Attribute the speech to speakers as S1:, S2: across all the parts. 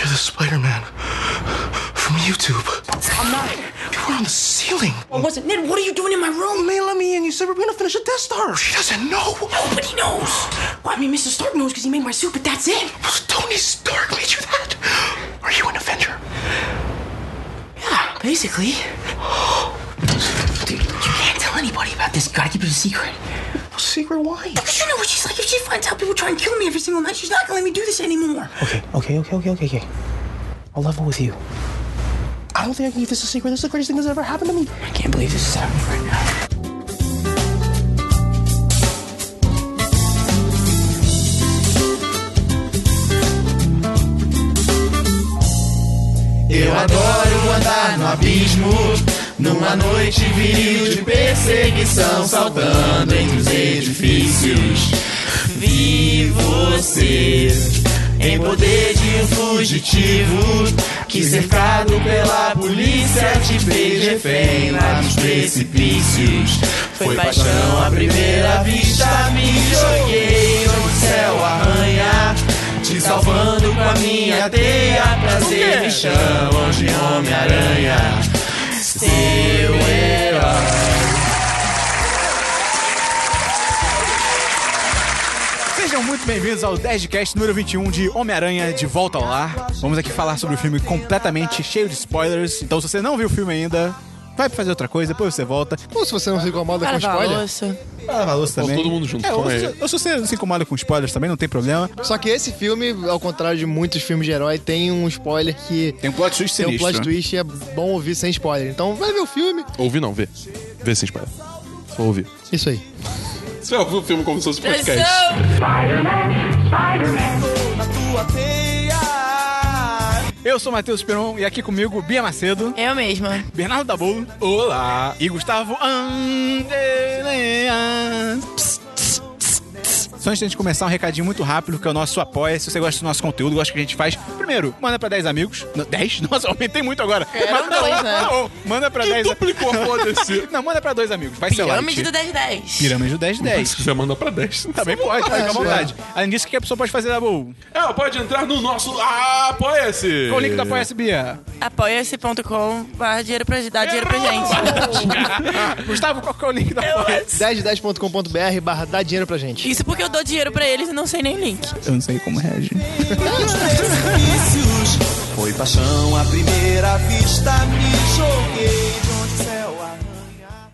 S1: é
S2: Spider-Man from YouTube.
S1: I'm not.
S2: You were on the ceiling.
S1: I wasn't. Ned, what are you doing in my
S2: You
S1: room?
S2: may let me in. You said we were gonna finish a Death Star. She doesn't know.
S1: Nobody knows. Well, I mean, Mr. Stark knows because he made my suit, but that's it.
S2: Was Tony Stark made you that? Are you an Avenger?
S1: Yeah, basically. Dude, you can't tell anybody about this. You gotta keep it a secret.
S2: Well, secret why?
S1: You know what she's like. If she finds out people try and kill me every single night, she's not gonna let me do this anymore.
S2: Okay, okay, okay, okay, okay, okay. I'll level with you. I don't think I can keep this a secret. This is the greatest thing that's ever happened to me.
S1: I can't believe this is happening right now.
S3: Eu adoro andar no abismo Numa noite viril de perseguição Saltando entre os edifícios Vi você Em poder de um fugitivo Que cercado pela polícia Te fez refém lá nos precipícios Foi paixão à primeira vista Me joguei onde o céu arranha te salvando com a minha teia Prazer me chamam de Homem-Aranha Seu herói
S4: Sejam muito bem-vindos ao 10 de cast número 21 de Homem-Aranha de Volta ao Lar. Vamos aqui falar sobre o filme completamente cheio de spoilers. Então, se você não viu o filme ainda, vai fazer outra coisa, depois você volta.
S5: Ou se você não se incomoda com spoiler.
S4: Vai lavar a louça também.
S6: todo mundo junto,
S4: É, ou,
S6: calma
S4: se,
S6: aí.
S4: ou se você não se incomoda com spoilers também, não tem problema.
S5: Só que esse filme, ao contrário de muitos filmes de herói, tem um spoiler que
S4: Tem um plot twist
S5: tem um
S4: sinistro.
S5: plot twist e é bom ouvir sem spoiler. Então vai ver o filme.
S6: Ouvi não, vê. Vê sem spoiler. Só ouvi.
S5: Isso aí.
S6: Você vai ouvir o filme como se fosse podcast.
S4: Eu sou Matheus Peron e aqui comigo Bia Macedo,
S7: Eu mesma.
S4: Bernardo Dabu. Olá. E Gustavo Andeleas. Psst, psst, psst, psst. Só antes de a gente começar, um recadinho muito rápido, que é o nosso apoia. Se você gosta do nosso conteúdo, gosta do que a gente faz, primeiro, manda pra 10 amigos. Não, 10? Nossa, aumentei muito agora.
S7: eram dois, né?
S4: não, manda pra 10 amigos.
S6: Duplicou, foda-se.
S4: Não, manda pra dois amigos. Vai ser lá.
S7: Pirâmide do 1010.
S4: Pirâmide do 10
S6: Se
S4: 10.
S6: quiser, manda pra 10.
S4: Também pode, fica à vontade. Além disso, o que a pessoa pode fazer, Dabu?
S6: Ela pode entrar no nosso Apoia-se.
S4: Qual o link da Apoia-se, Bia?
S7: Apoia-se.com barra dinheiro pra dá dinheiro pra gente.
S4: Gustavo, qual que é o link da Apoia-se?
S5: 1010.com.br barra dá dinheiro pra gente.
S7: Isso é porque eu dou dinheiro pra eles e não sei nem o link.
S4: Eu não sei como reage.
S3: Foi paixão à primeira vista Me joguei de onde o céu arranha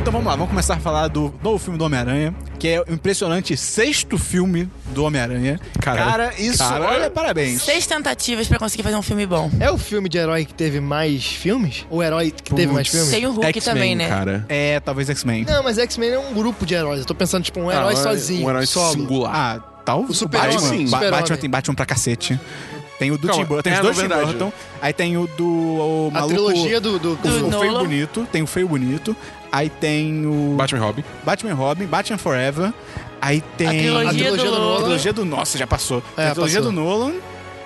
S4: Então vamos lá, vamos começar a falar do novo filme do Homem-Aranha, que é o impressionante sexto filme do Homem-Aranha.
S6: Caralho.
S4: Cara, isso,
S6: Caralho.
S4: olha, parabéns.
S7: Seis tentativas pra conseguir fazer um filme bom.
S5: É o filme de herói que teve mais filmes? O herói que teve mais filmes?
S7: Tem o Hulk
S6: X-Men,
S7: também, né?
S6: cara.
S4: É, talvez X-Men.
S5: Não, mas X-Men é um grupo de heróis. Eu tô pensando, tipo, um herói
S6: Ah,
S5: sozinho.
S6: Um herói
S5: solo.
S6: singular.
S4: Ah, talvez. O
S5: Super-Homem,
S4: Batman.
S5: sim.
S4: Ba-
S5: Super-Homem.
S4: Batman tem Batman pra cacete. Tem o do
S6: Calma,
S4: Tim Burton, tem
S6: é,
S4: os dois
S6: na
S4: Tim
S6: verdade.
S4: Burton. Aí tem o do o
S5: A
S4: maluco...
S5: trilogia do, do,
S4: O, o
S7: Do
S4: Feio
S7: Nolan.
S4: Bonito, tem o Feio Bonito. Aí tem o...
S6: Batman e Robin.
S4: Batman e Robin, Batman Forever. Aí tem...
S7: trilogia
S5: a trilogia
S7: do
S5: do
S4: A
S7: Nolan.
S5: Nolan.
S4: trilogia do. Nossa, já passou. Tem a
S5: É,
S4: trilogia
S5: passou.
S4: do Nolan.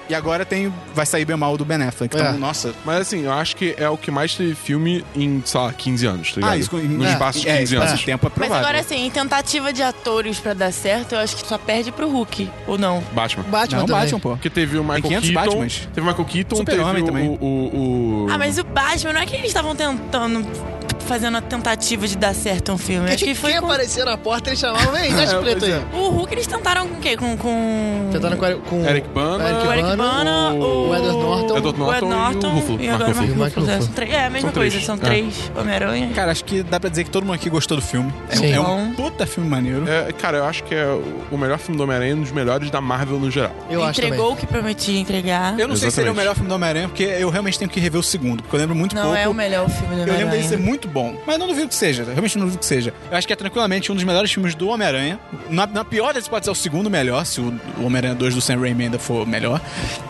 S4: E agora tem. Vai sair bem mal do Ben Affleck. Então,
S5: É.
S4: nossa.
S6: Mas assim, eu acho que é o que mais teve filme em, sei lá, 15 anos, tá ligado?
S4: Ah, isso com-
S6: No
S4: é,
S6: espaço de
S4: é,
S6: 15
S4: espaço
S6: anos.
S4: de tempo é
S7: Mas
S4: provável.
S7: agora assim, em tentativa de atores pra dar certo, eu acho que só perde pro Hulk, ou não?
S6: Batman.
S5: Batman
S4: Não, um
S5: também.
S4: Batman, pô.
S6: Porque teve o Michael
S4: 500
S6: Keaton.
S4: Batmans.
S6: Teve o Michael Keaton, teve
S4: Super-Homem
S6: o,
S4: também.
S6: o, o, o-
S7: Ah, mas o Batman, não é que eles estavam tentando, fazendo a tentativa de dar certo um filme. Acho que foi
S5: Quem
S7: com-
S5: aparecia na porta, eles chamavam, vem, dá de preto aí.
S7: O Hulk eles tentaram com o quê? Com, com...
S5: Tentaram com, com
S6: Eric Bana.
S5: Eric
S7: o Eric
S5: Bana,
S7: Bana, o...
S5: o Edward Norton.
S6: Edward
S7: o Edward
S6: Norton e o Ruffalo,
S7: e
S6: Mark
S7: agora o Mark
S6: Ruffalo.
S7: Ruffalo. É,
S5: Mark
S7: são três- é a mesma
S6: São três.
S7: coisa, são
S6: É.
S7: três Homem-Aranha.
S4: Cara, acho que dá pra dizer que todo mundo aqui gostou do filme. É, um-
S5: Sim.
S4: é um puta filme maneiro.
S6: É, cara, eu acho que é o- o melhor filme do Homem-Aranha, um dos melhores da Marvel no geral.
S5: Eu acho também.
S7: Entregou o que prometia entregar.
S4: Eu não sei se seria o
S6: Exatamente.
S4: melhor filme do Homem-Aranha, porque eu realmente tenho que rever o segundo, porque eu lembro muito
S7: Não
S4: pouco.
S7: é o melhor filme do
S4: Eu lembro dele ser
S7: Homem-Aranha. né?
S4: muito bom, mas não duvido que seja, realmente não duvido que seja. Eu acho que é tranquilamente um dos melhores filmes do Homem-Aranha. Na, na pior das pode ser o segundo melhor, se o o Homem-Aranha 2 do Sam Raimi ainda for melhor.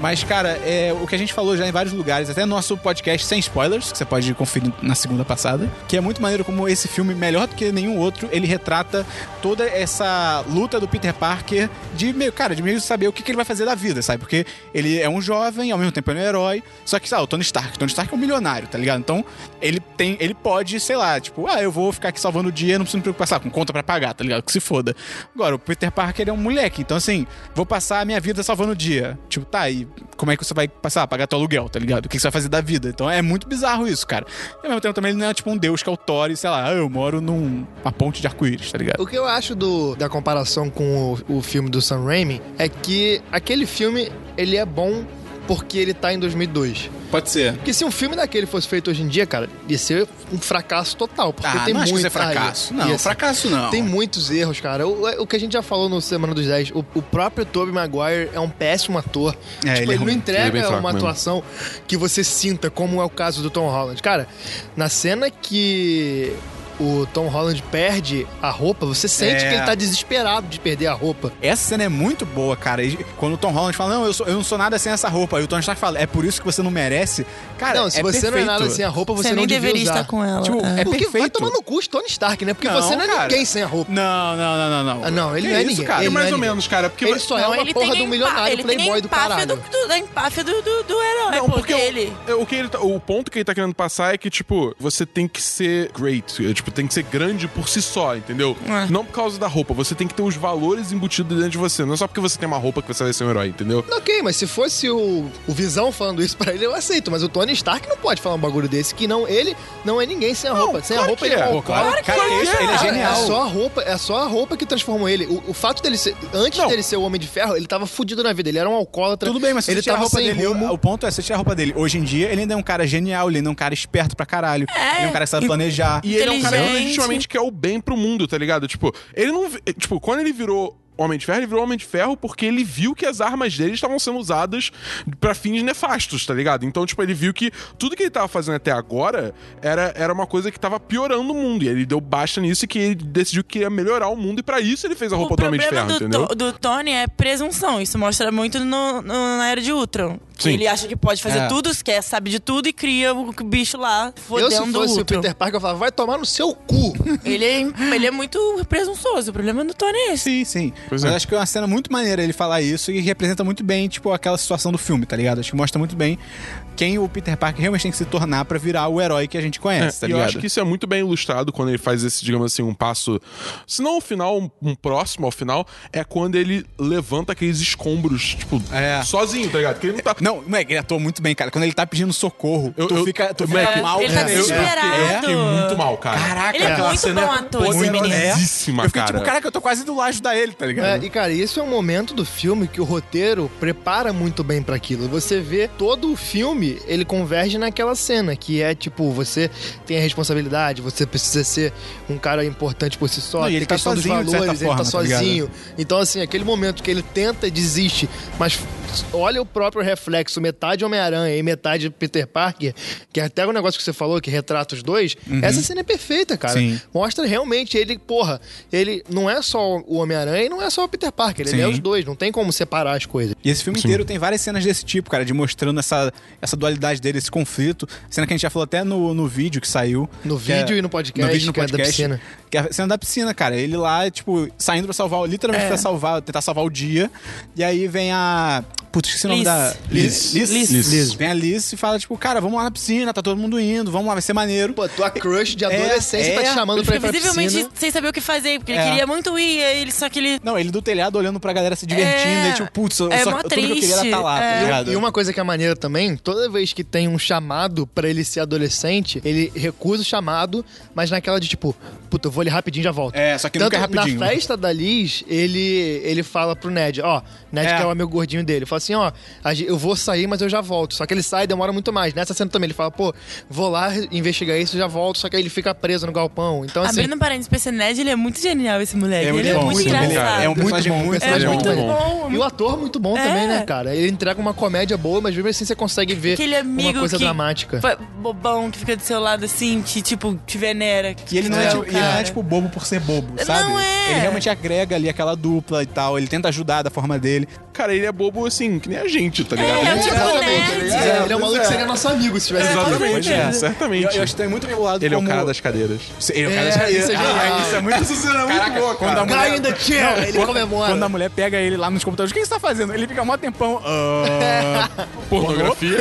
S4: Mas, cara, é, o que a gente falou já em vários lugares, até no nosso podcast sem spoilers, que você pode conferir na segunda passada, que é muito maneiro como esse filme, melhor do que nenhum outro, ele retrata toda essa luta do Peter Parker de meio, cara, de meio saber o que, que ele vai fazer da vida, sabe? Porque ele é um jovem, ao mesmo tempo ele é um herói, só que, sabe, o Tony Stark, o Tony Stark é um milionário, tá ligado? Então, ele tem, ele pode de, sei lá, tipo, ah, eu vou ficar aqui salvando o dia, não preciso me preocupar sei lá, com conta pra pagar, tá ligado? Que se foda. Agora, o Peter Parker ele é um moleque, então assim, vou passar a minha vida salvando o dia. Tipo, tá, e como é que você vai passar? Ah, Pagar teu aluguel, tá ligado? O que que você vai fazer da vida? Então é muito bizarro isso, cara. E ao mesmo tempo também ele não é tipo um deus que é o Thor e, sei lá, ah, eu moro numa ponte de arco-íris, tá ligado?
S5: O que eu acho do, da comparação com o, o filme do Sam Raimi é que aquele filme, ele é bom porque ele tá em 2002.
S4: Pode ser.
S5: Porque se um filme daquele fosse feito hoje em dia, cara, ia ser um fracasso total. Porque
S4: Ah,
S5: tem
S4: não acho que
S5: muito-
S4: isso é fracasso.
S5: Ah, ia-
S4: não,
S5: ia ser.
S4: fracasso não.
S5: Tem muitos erros, cara. O, o que a gente já falou no Semana dos 10, o, o próprio Tobey Maguire é um péssimo ator.
S4: É, ele
S5: tipo, ele,
S4: é ruim.
S5: não
S6: Ele é
S5: entrega
S6: bem fraco
S5: uma
S6: mesmo.
S5: atuação que você sinta, como é o caso do Tom Holland. Cara, na cena que o Tom Holland perde a roupa, você sente
S4: É.
S5: que ele tá desesperado de perder a roupa.
S4: Essa cena é muito boa, cara. E quando o Tom Holland fala, não, eu, sou- eu não sou nada sem essa roupa. Aí o Tom Stark fala, é por isso que você não merece. Cara,
S5: não, se
S4: é
S5: você não é
S4: perfeito.
S5: nada sem a roupa, você,
S7: Você
S5: não
S7: nem
S5: devia
S7: deveria
S5: usar.
S7: estar com ela.
S4: Tipo,
S7: é.
S4: é
S5: Porque vai
S4: perfeito.
S5: tomar no cu, Tony Stark, né? Porque
S4: Não,
S5: você não é
S4: cara.
S5: ninguém sem a roupa.
S4: Não, não, não, não, não.
S5: Não, ele
S4: Que
S5: não é
S4: isso,
S5: ninguém.
S4: Cara?
S5: Ele
S6: É mais
S5: não
S6: ou
S5: ninguém.
S6: menos, cara, porque
S5: Ele só é
S7: Não,
S5: uma
S7: ele
S5: porra
S7: tem
S5: do
S7: a
S5: milionário,
S7: ele tem a
S5: playboy do
S7: empáfia
S5: caralho.
S7: Do, do, da empáfia do, do, do herói.
S6: Não,
S7: porque
S6: porque, o-
S7: ele...
S6: é, O, que ele tá- o ponto que ele tá querendo passar é que, tipo, você tem que ser great, é, tipo, tem que ser grande por si só, entendeu?
S7: É.
S6: Não por causa da roupa, você tem que ter os valores embutidos dentro de você. Não é só porque você tem uma roupa que você vai ser um herói, entendeu?
S5: Ok, mas se fosse o, o Visão falando isso pra ele, eu aceito. Mas o Tony Stark não pode falar um bagulho desse, que não, ele não é ninguém sem a roupa. sem a
S6: claro
S5: roupa
S6: que
S5: ele
S6: é.
S5: um
S4: Pô, claro,
S5: alcoólatra.
S4: cara, é isso, ele é
S5: Cara,
S4: genial.
S5: É só a roupa, é só a roupa que transformou ele. O, o fato dele ser. Antes
S6: Não.
S5: dele ser o Homem de Ferro, ele tava fudido na vida. Ele era um alcoólatra.
S4: Tudo bem, mas se
S5: ele
S4: você tirar a
S5: tava
S4: roupa
S5: sem
S4: dele,
S5: rumo.
S4: o ponto é, se você tirar a roupa dele, hoje em dia, ele ainda é um cara genial, ele ainda é um cara esperto pra caralho, ele é um cara que sabe planejar.
S6: E ele é um cara que
S7: Inteligente.
S6: legitimamente quer o bem pro mundo, tá ligado? Tipo, ele não. vi- Tipo, quando ele virou. Homem de Ferro, ele virou Homem de Ferro porque ele viu que as armas dele estavam sendo usadas pra fins nefastos, tá ligado? Então, tipo, ele viu que tudo que ele tava fazendo até agora era, era uma coisa que tava piorando o mundo. E ele deu baixa nisso e que ele decidiu que ia melhorar o mundo e pra isso ele fez a
S5: é
S6: roupa
S7: o
S6: do Homem de
S7: problema
S6: Ferro,
S7: do,
S6: entendeu?
S7: To- do Tony é presunção. Isso mostra muito no, no- na era de Ultron. Que
S6: Sim.
S7: Ele acha que pode fazer
S4: É.
S7: tudo, quer, sabe de tudo e cria o bicho lá
S5: Eu,
S7: fodendo
S5: se fosse
S7: o
S5: o
S7: Ultron.
S5: Peter Parker, eu falava, vai tomar no seu cu.
S7: Ele, é, ele é muito presunçoso. O problema do Tony é esse.
S4: Sim, sim.
S6: Pois
S4: Mas
S6: é.
S4: acho que é uma cena muito maneira ele falar isso e representa muito bem, tipo, aquela situação do filme, tá ligado? Acho que mostra muito bem quem o Peter Parker realmente tem que se tornar pra virar o herói que a gente
S6: É,
S4: conhece, tá
S6: e
S4: ligado?
S6: eu acho que isso é muito bem ilustrado quando ele faz esse, digamos assim, um passo. Se não o final, um, um próximo ao final, é quando ele levanta aqueles escombros, tipo,
S4: É.
S6: sozinho, tá ligado? Que ele não tá.
S4: Não, moleque, ele atuou muito bem, cara. Quando ele tá pedindo socorro,
S6: Eu-
S4: tu
S6: eu-
S4: fica, tu
S6: moleque,
S4: fica mal.
S7: ele tá
S4: né?
S6: eu fiquei- Eu,
S7: desesperado.
S6: fiquei muito mal, cara.
S4: Caraca,
S7: Ele é
S4: aquela
S7: muito
S4: cena
S7: bom ator, esse menino.
S6: poderosíssima,
S4: Eu fiquei
S6: cara.
S4: tipo, caraca, eu tô quase do laje da ele, tá
S5: É,
S4: ligado?
S5: e cara, isso é um momento do filme que o roteiro prepara muito bem pra aquilo. Você vê todo o filme, ele converge naquela cena, que é tipo, você tem a responsabilidade, você precisa ser um cara importante por si só,
S4: Não, e
S5: tem
S4: ele
S5: a
S4: tá
S5: questão
S4: sozinho, de
S5: dos
S4: certa
S5: valores, ele
S4: forma,
S5: tá
S4: tá ligado?
S5: sozinho. então, assim, aquele momento que ele tenta e desiste, mas olha o próprio reflexo, metade Homem-Aranha e metade Peter Parker, que é até o negócio que você falou, que retrata os dois, essa cena é perfeita, cara.
S4: Uhum. Sim.
S5: Mostra realmente ele, porra, ele não é só o Homem-Aranha e não é só o Peter Parker, ele
S4: Sim.
S5: é os dois, não tem como separar as coisas.
S4: E esse filme inteiro tem várias cenas desse tipo, cara, de mostrando essa, essa dualidade dele, esse conflito. Cena que a gente já falou até no, no vídeo que saiu.
S5: No
S4: que
S5: vídeo e no podcast, que é da piscina.
S4: Que é a cena da piscina, cara. Ele lá, tipo, saindo pra salvar,
S5: É.
S4: literalmente pra salvar, tentar salvar o dia. E aí vem a. Putz, esqueci o nome
S7: Liz.
S4: da.
S5: Liz.
S4: Liz.
S5: Liz.
S4: Liz.
S5: Liz.
S4: Vem a Liz e fala, tipo, cara, vamos lá na piscina, tá todo mundo indo, vamos lá, vai ser maneiro.
S5: Pô, tua crush de
S4: É,
S5: adolescência tá
S4: é.
S5: te chamando pra ir pra
S7: Visivelmente
S5: piscina.
S7: sem saber o que fazer, porque ele
S4: É.
S7: queria muito ir, aí ele, só que ele.
S4: Não, ele do telhado olhando pra galera se divertindo.
S7: É.
S4: e tipo, putz, eu
S7: É
S4: só,
S7: mó
S4: tudo que eu queria era
S7: triste,
S4: estar lá,
S7: é.
S4: tá
S7: E um-
S4: ligado?
S5: E uma coisa que é maneira também, toda vez que tem um chamado pra ele ser adolescente, ele recusa o chamado, mas naquela de tipo, puta, eu vou ali rapidinho e já volto.
S4: É, só que nunca é rapidinho.
S5: Na festa da Liz, ele, ele fala pro Ned, ó, Ned
S4: É.
S5: que é o amigo gordinho dele, fala assim, ó, a gen- eu vou sair, mas eu já volto. Só que ele sai e demora muito mais. Nessa cena também, ele fala, pô, vou lá investigar isso, já volto, só que aí ele fica preso no galpão. Então, assim,
S7: Abrindo um parênteses pra esse Ned, ele é muito genial, esse moleque. ele é
S4: bom,
S7: muito
S4: sim, ele é-
S7: engraçado.
S4: É um personagem
S5: bom,
S4: muito,
S7: É
S5: personagem
S7: muito
S5: muito
S7: bom.
S5: e o ator muito bom
S7: É.
S5: também, né, cara? Ele entrega uma comédia boa, mas mesmo assim você consegue ver
S7: Aquele amigo
S5: uma coisa
S7: que
S5: dramática.
S7: fa- bobão que fica do seu lado assim, que tipo, te venera.
S4: E ele não é,
S7: É,
S4: tipo,
S7: o
S4: e ele ele não
S7: cara.
S4: é, tipo, bobo por ser bobo,
S7: Não
S4: sabe?
S7: é.
S4: Ele realmente agrega ali aquela dupla e tal. Ele tenta ajudar da forma dele.
S6: Cara, ele é bobo assim, que nem a gente, tá ligado?
S7: É, é o tipo
S5: Exatamente.
S7: nerd.
S5: É, ele é um
S6: pois
S5: maluco
S6: é.
S5: que seria nosso amigo se tivesse aqui.
S6: Exatamente,
S7: é.
S6: é, certamente.
S4: Eu, eu estou muito regulado
S6: Ele é o
S4: como-
S6: cara das cadeiras.
S4: Ele é o cara
S5: É,
S4: das cadeiras.
S5: isso é genial.
S4: Ah, Isso é muito...
S6: Essa cena é
S4: Caraca, quando a mulher...
S5: Guy in the chair, ele comemora.
S4: Quando a mulher pega ele lá nos computadores, o que você tá fazendo? Ele fica mó tempão. "Ah,
S6: Pornografia.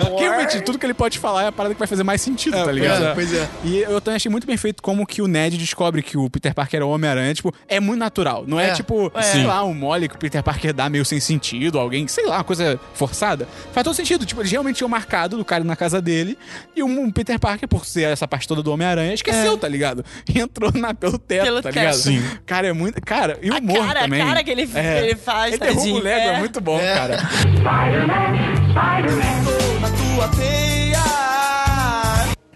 S4: Porque realmente, tudo que ele pode falar é a parada que vai fazer mais sentido, tá ligado?
S5: é, pois é.
S4: E eu também achei muito bem feito como que o Ned descobre que o Peter Parker é o Homem-Aranha, tipo, é muito natural. Não é,
S5: É.
S4: tipo, sei lá, um mole que o Peter Parker dá meio sem sentido, alguém, sei lá, uma coisa forçada. Faz todo sentido. Tipo, eles realmente tinham marcado do cara na casa dele e um, um Peter Parker, por ser essa parte toda do Homem-Aranha, esqueceu, tá ligado? E entrou na, pelo teto,
S7: É. Pelo
S4: tá
S7: teto.
S4: ligado?
S7: Sim.
S4: Cara, é muito... Cara, e o
S7: A
S4: humor
S7: cara- a
S4: também. É.
S7: cara que ele- ele faz,
S4: Ele derruba o
S7: tadinho.
S4: Lego, é,
S7: É.
S4: muito bom, cara.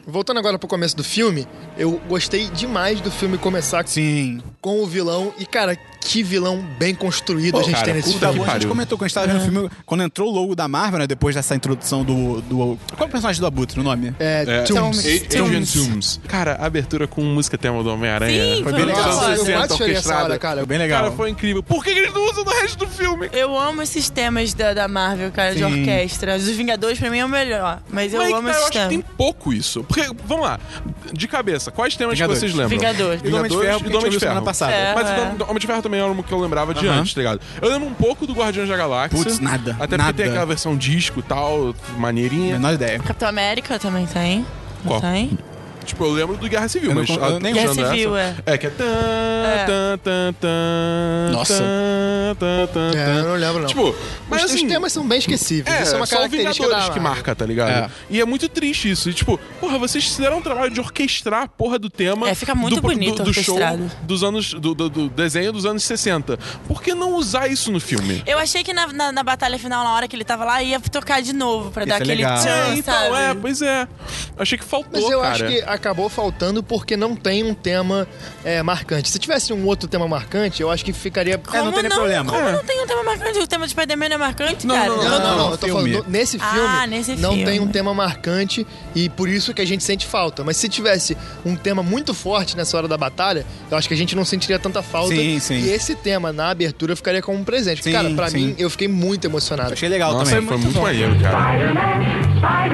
S5: Voltando agora pro começo do filme, eu gostei demais do filme começar
S4: Sim.
S5: com o vilão. E, cara, que vilão bem construído a gente
S6: cara,
S5: tem nesse
S6: puta que
S5: filme.
S4: Tá A gente
S6: pariu.
S4: comentou quando a gente tava
S7: É.
S4: vendo o filme, quando entrou o logo da Marvel, né? Depois dessa introdução do. do qual é o personagem do Abutre, o nome?
S5: É,
S6: É.
S5: Tombs.
S6: Adrian Toomes. Cara, a abertura com música tema do Homem-Aranha.
S4: foi
S7: Sim, foi
S4: bem
S7: bem
S4: legal.
S5: Nossa, eu quase chorei essa
S6: orquestrada.
S5: hora, cara.
S4: Foi bem legal.
S6: Cara, foi incrível. Por que que eles não usam no resto do filme?
S7: Eu amo esses temas da, da Marvel, cara, de
S4: Sim.
S7: orquestra. Os Vingadores, pra mim, é o melhor. Mas eu
S6: Mas aí que tá,
S7: amo
S6: eu
S7: esses
S6: acho que
S7: temas.
S6: tem pouco isso. Porque, vamos lá, de cabeça, quais temas
S4: Vingadores.
S6: que vocês lembram?
S7: Vingadores.
S4: E do Homem de Ferro,
S6: Vingadores
S4: porque
S6: e do
S4: a gente
S6: Homem de
S4: ouviu
S6: Ferro.
S4: semana passada.
S7: É.
S6: Mas o do- Homem de Ferro também era o que eu lembrava de
S4: Aham.
S6: antes, tá ligado? Eu lembro um pouco do Guardiões da Galáxia.
S4: Putz, nada,
S6: Até
S4: nada.
S6: porque tem aquela versão disco e tal, maneirinha.
S4: Menor ideia.
S7: Capitão América também tem. Não
S6: Qual?
S7: Tem?
S6: Tipo, eu lembro do Guerra Civil,
S4: Eu não
S6: mas.
S4: con-
S6: a-
S4: eu nem-
S6: puxando
S7: Guerra Civil,
S6: essa- é. que é. Tan, tan, tan, tan,
S4: Nossa.
S6: tan, tan, tan,
S5: É, eu não lembro, não.
S6: Tipo, mas
S5: Mas os,
S6: assim,
S5: temas são bem esquecíveis.
S6: É,
S5: isso é uma
S6: são
S5: característica
S6: Vingadores
S5: da
S6: que marca, tá ligado?
S4: É.
S6: E é muito triste isso. E, tipo, porra, vocês fizeram um trabalho de orquestrar a porra do tema.
S7: É, fica muito
S6: do,
S7: bonito
S6: do, do show
S7: orquestrado.
S6: dos anos. Do, do- do desenho dos anos 60. Por que não usar isso no filme?
S7: Eu achei que na, na, na batalha final, na hora que ele tava lá, ia tocar de novo pra
S4: Ia
S7: dar
S4: ser
S7: aquele
S4: legal.
S7: tchan,
S6: É, então,
S7: sabe?
S6: é, pois é. Achei que faltou,
S5: Mas eu
S6: cara.
S5: acho que acabou faltando porque não tem um tema é, marcante. Se tivesse um outro tema marcante, eu acho que ficaria. é,
S7: Como
S4: não teria problema.
S7: Como
S4: É.
S7: não tem um tema marcante? O tema de Spider-Man é marcante,
S6: Não,
S7: cara?
S6: não,
S5: Não, não, não. eu tô
S4: filme.
S5: falando, nesse
S7: Ah,
S5: filme
S7: nesse
S5: não
S7: filme.
S5: tem um tema marcante e por isso que a gente sente falta. Mas se tivesse um tema muito forte nessa hora da batalha, eu acho que a gente não sentiria tanta falta.
S4: Sim, sim.
S5: E esse tema na abertura ficaria como um presente.
S4: Sim,
S5: Cara, pra
S4: sim.
S5: mim, eu fiquei muito emocionado.
S4: Achei legal
S6: Nossa,
S4: também.
S6: foi muito, maneiro, cara.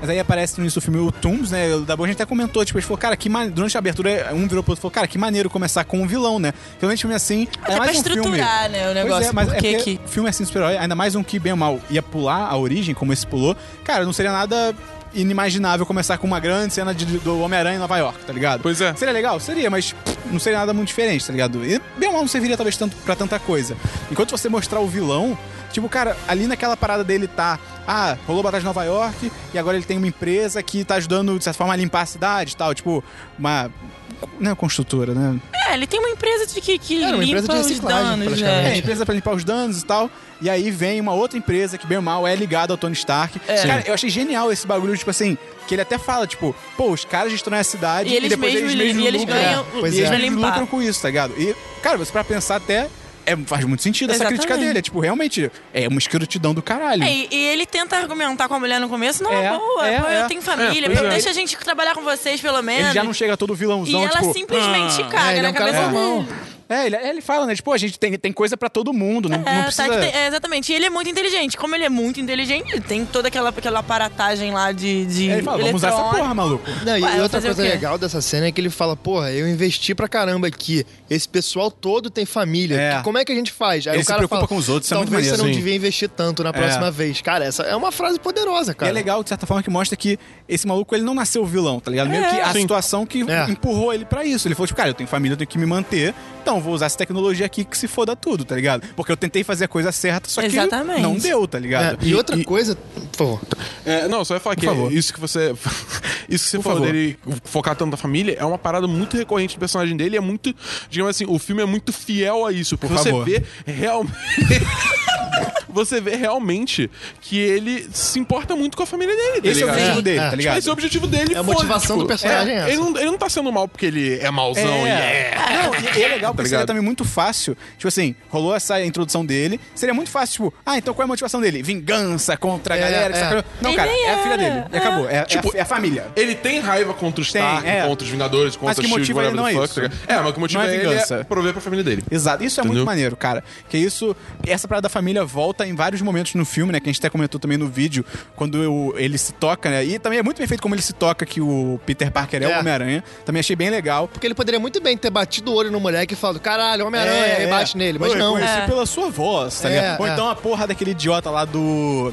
S4: Mas aí aparece no início do filme o Tooms, né? O Dabu a gente até comentou, tipo, a gente falou, cara, que maneiro. Durante a abertura, um virou pro outro e falou, cara, que maneiro começar com um vilão, né? Realmente, filme assim.
S7: Até
S4: é mais
S7: Tipo, pra
S4: um filme.
S7: estruturar, né, o negócio.
S4: Pois é, mas
S7: Por
S4: é
S7: que
S4: porque
S7: que-
S4: filme assim, de super-herói, ainda mais um que bem ou mal ia pular a origem, como esse pulou. Cara, não seria nada inimaginável começar com uma grande cena de- do Homem-Aranha em Nova York, tá ligado?
S6: Pois é.
S4: Seria legal? Seria, mas pff, não seria nada muito diferente, tá ligado? E bem ou mal não serviria talvez tanto pra tanta coisa. Enquanto você mostrar o vilão, tipo, cara, ali naquela parada dele tá. Ah, rolou batalha de Nova York e agora ele tem uma empresa que tá ajudando, de certa forma, a limpar a cidade e tal. Tipo, uma. Não é construtora, né?
S7: É, ele tem uma empresa de que, que
S5: Cara, uma
S7: limpa
S5: empresa de
S7: os
S5: reciclagem,
S7: danos,
S5: praticamente.
S4: É,
S7: né?
S4: empresa pra limpar os danos e tal. E aí vem uma outra empresa que, bem ou mal, é ligada ao Tony Stark.
S7: É.
S4: Cara, eu achei genial esse bagulho, tipo assim, que ele até fala, tipo, pô, os caras destroem a cidade
S7: E
S4: e,
S7: eles
S4: depois
S7: mesmos
S4: eles mesmos
S7: e eles
S4: lucram.
S7: ganham
S4: É.
S7: o-
S5: Pois
S4: E eles
S5: é.
S4: mesmos
S7: limpar.
S4: lucram com isso, tá ligado? E, cara, você pra pensar até. é, faz muito sentido essa crítica
S7: Exatamente.
S4: dele. É, tipo, realmente, é uma escrotidão do caralho.
S7: É, e, e ele tenta argumentar com a mulher no começo, não,
S4: É,
S7: é, boa,
S4: é,
S7: pô,
S4: é.
S7: eu tenho família,
S4: É, pois
S7: pô,
S4: é.
S7: deixa a gente trabalhar com vocês, pelo menos.
S4: ele já não chega todo
S7: e
S4: vilãozão,
S7: ela assim-
S4: tipo.
S7: simplesmente caga
S5: É, ele é
S7: na
S5: um cara
S7: cabeça
S5: normal.
S7: dele.
S4: É, ele, ele fala, né? Tipo, a gente tem, tem coisa pra todo mundo, não,
S7: É,
S4: não
S7: tá,
S4: precisa.
S7: que tem- é, exatamente. E ele é muito inteligente. Como ele é muito inteligente, ele tem toda aquela, aquela aparatagem lá de, de
S4: Ele fala, vamos usar essa
S7: eletrônica.
S4: porra, maluco.
S5: Não, e
S7: Ué, vai
S5: outra
S7: fazer o
S5: coisa
S7: quê?
S5: legal dessa cena é que ele fala, porra, eu investi pra caramba aqui. Esse pessoal todo tem família.
S4: É.
S5: Que- Como é que a gente faz? Aí
S4: Ele
S5: o
S4: se
S5: cara
S4: preocupa
S5: fala,
S4: com os outros, isso é muito
S5: Talvez você
S4: maneiro,
S5: não
S4: sim."
S5: devia investir tanto na próxima
S4: É.
S5: vez. Cara, essa é uma frase poderosa,
S4: E
S5: cara.
S4: é legal, de certa forma, que mostra que esse maluco ele não nasceu vilão, tá ligado? Meio que a
S6: Sim.
S4: situação que
S5: É.
S4: empurrou ele pra isso. Ele falou, tipo, cara, eu tenho família, eu tenho que me manter, então vou usar essa tecnologia aqui que se foda tudo, tá ligado? Porque eu tentei fazer a coisa certa, só que
S7: Exatamente.
S4: não deu, tá
S5: É,
S4: ligado?
S5: e, outra coisa, por favor.
S6: É, não, só ia falar que
S4: favor.
S6: isso que você. Isso que você falou
S4: favor.
S6: dele focar tanto na família é uma parada muito recorrente do personagem dele. e É muito. Digamos assim, o filme é muito fiel a isso. Porque
S4: Por
S6: você
S4: favor.
S6: vê realmente. você vê realmente que ele se importa muito com a família dele, tá
S4: Esse é o
S5: né?
S6: ligado?
S4: objetivo dele, tá
S6: Tipo,
S4: ligado?
S6: Esse é o objetivo dele.
S5: É a
S6: foda,
S5: motivação do personagem
S6: é,
S5: essa.
S6: ele, não, ele não tá sendo mal porque ele é mauzão e é...
S4: Não, e- e é legal
S6: Tá
S4: porque seria
S6: ligado?
S4: também muito fácil. Tipo assim, rolou essa introdução dele. Seria muito fácil, tipo, ah, então qual é a motivação dele? Vingança contra a
S5: É,
S4: galera. que
S5: é.
S4: sacaneou. Não,
S7: E
S4: cara,
S7: nem
S4: é a
S7: era.
S4: filha dele. E acabou. É, é a-
S6: Tipo,
S4: é a família.
S6: Ele tem raiva contra o
S4: Tem,
S6: Stark,
S4: é.
S6: contra os Vingadores, contra
S4: Mas que
S6: o Shield,
S4: motiva ele
S6: whatever
S4: não
S6: the
S4: é
S6: fuck. tá
S4: isso.
S6: ligado? É, mas que motiva
S4: Não é
S6: ele é
S4: vingança.
S6: prover pra família dele.
S4: Exato, isso é
S6: Entendeu?
S4: muito maneiro, cara. Que isso, essa parada da família volta em vários momentos no filme, né? Que a gente até comentou também no vídeo, quando eu- ele se toca, né? E também é muito bem feito como ele se toca que o Peter Parker é,
S5: É.
S4: o Homem-Aranha. Também achei bem legal.
S5: Porque ele poderia muito bem ter batido o olho no moleque e falado, caralho, Homem-Aranha,
S4: É,
S5: aí
S4: é.
S5: bate nele. Mas
S4: Eu
S5: não.
S4: reconheci
S7: É.
S4: pela sua voz, tá
S5: É,
S4: ligado? Ou
S5: é.
S4: então a porra daquele idiota lá do.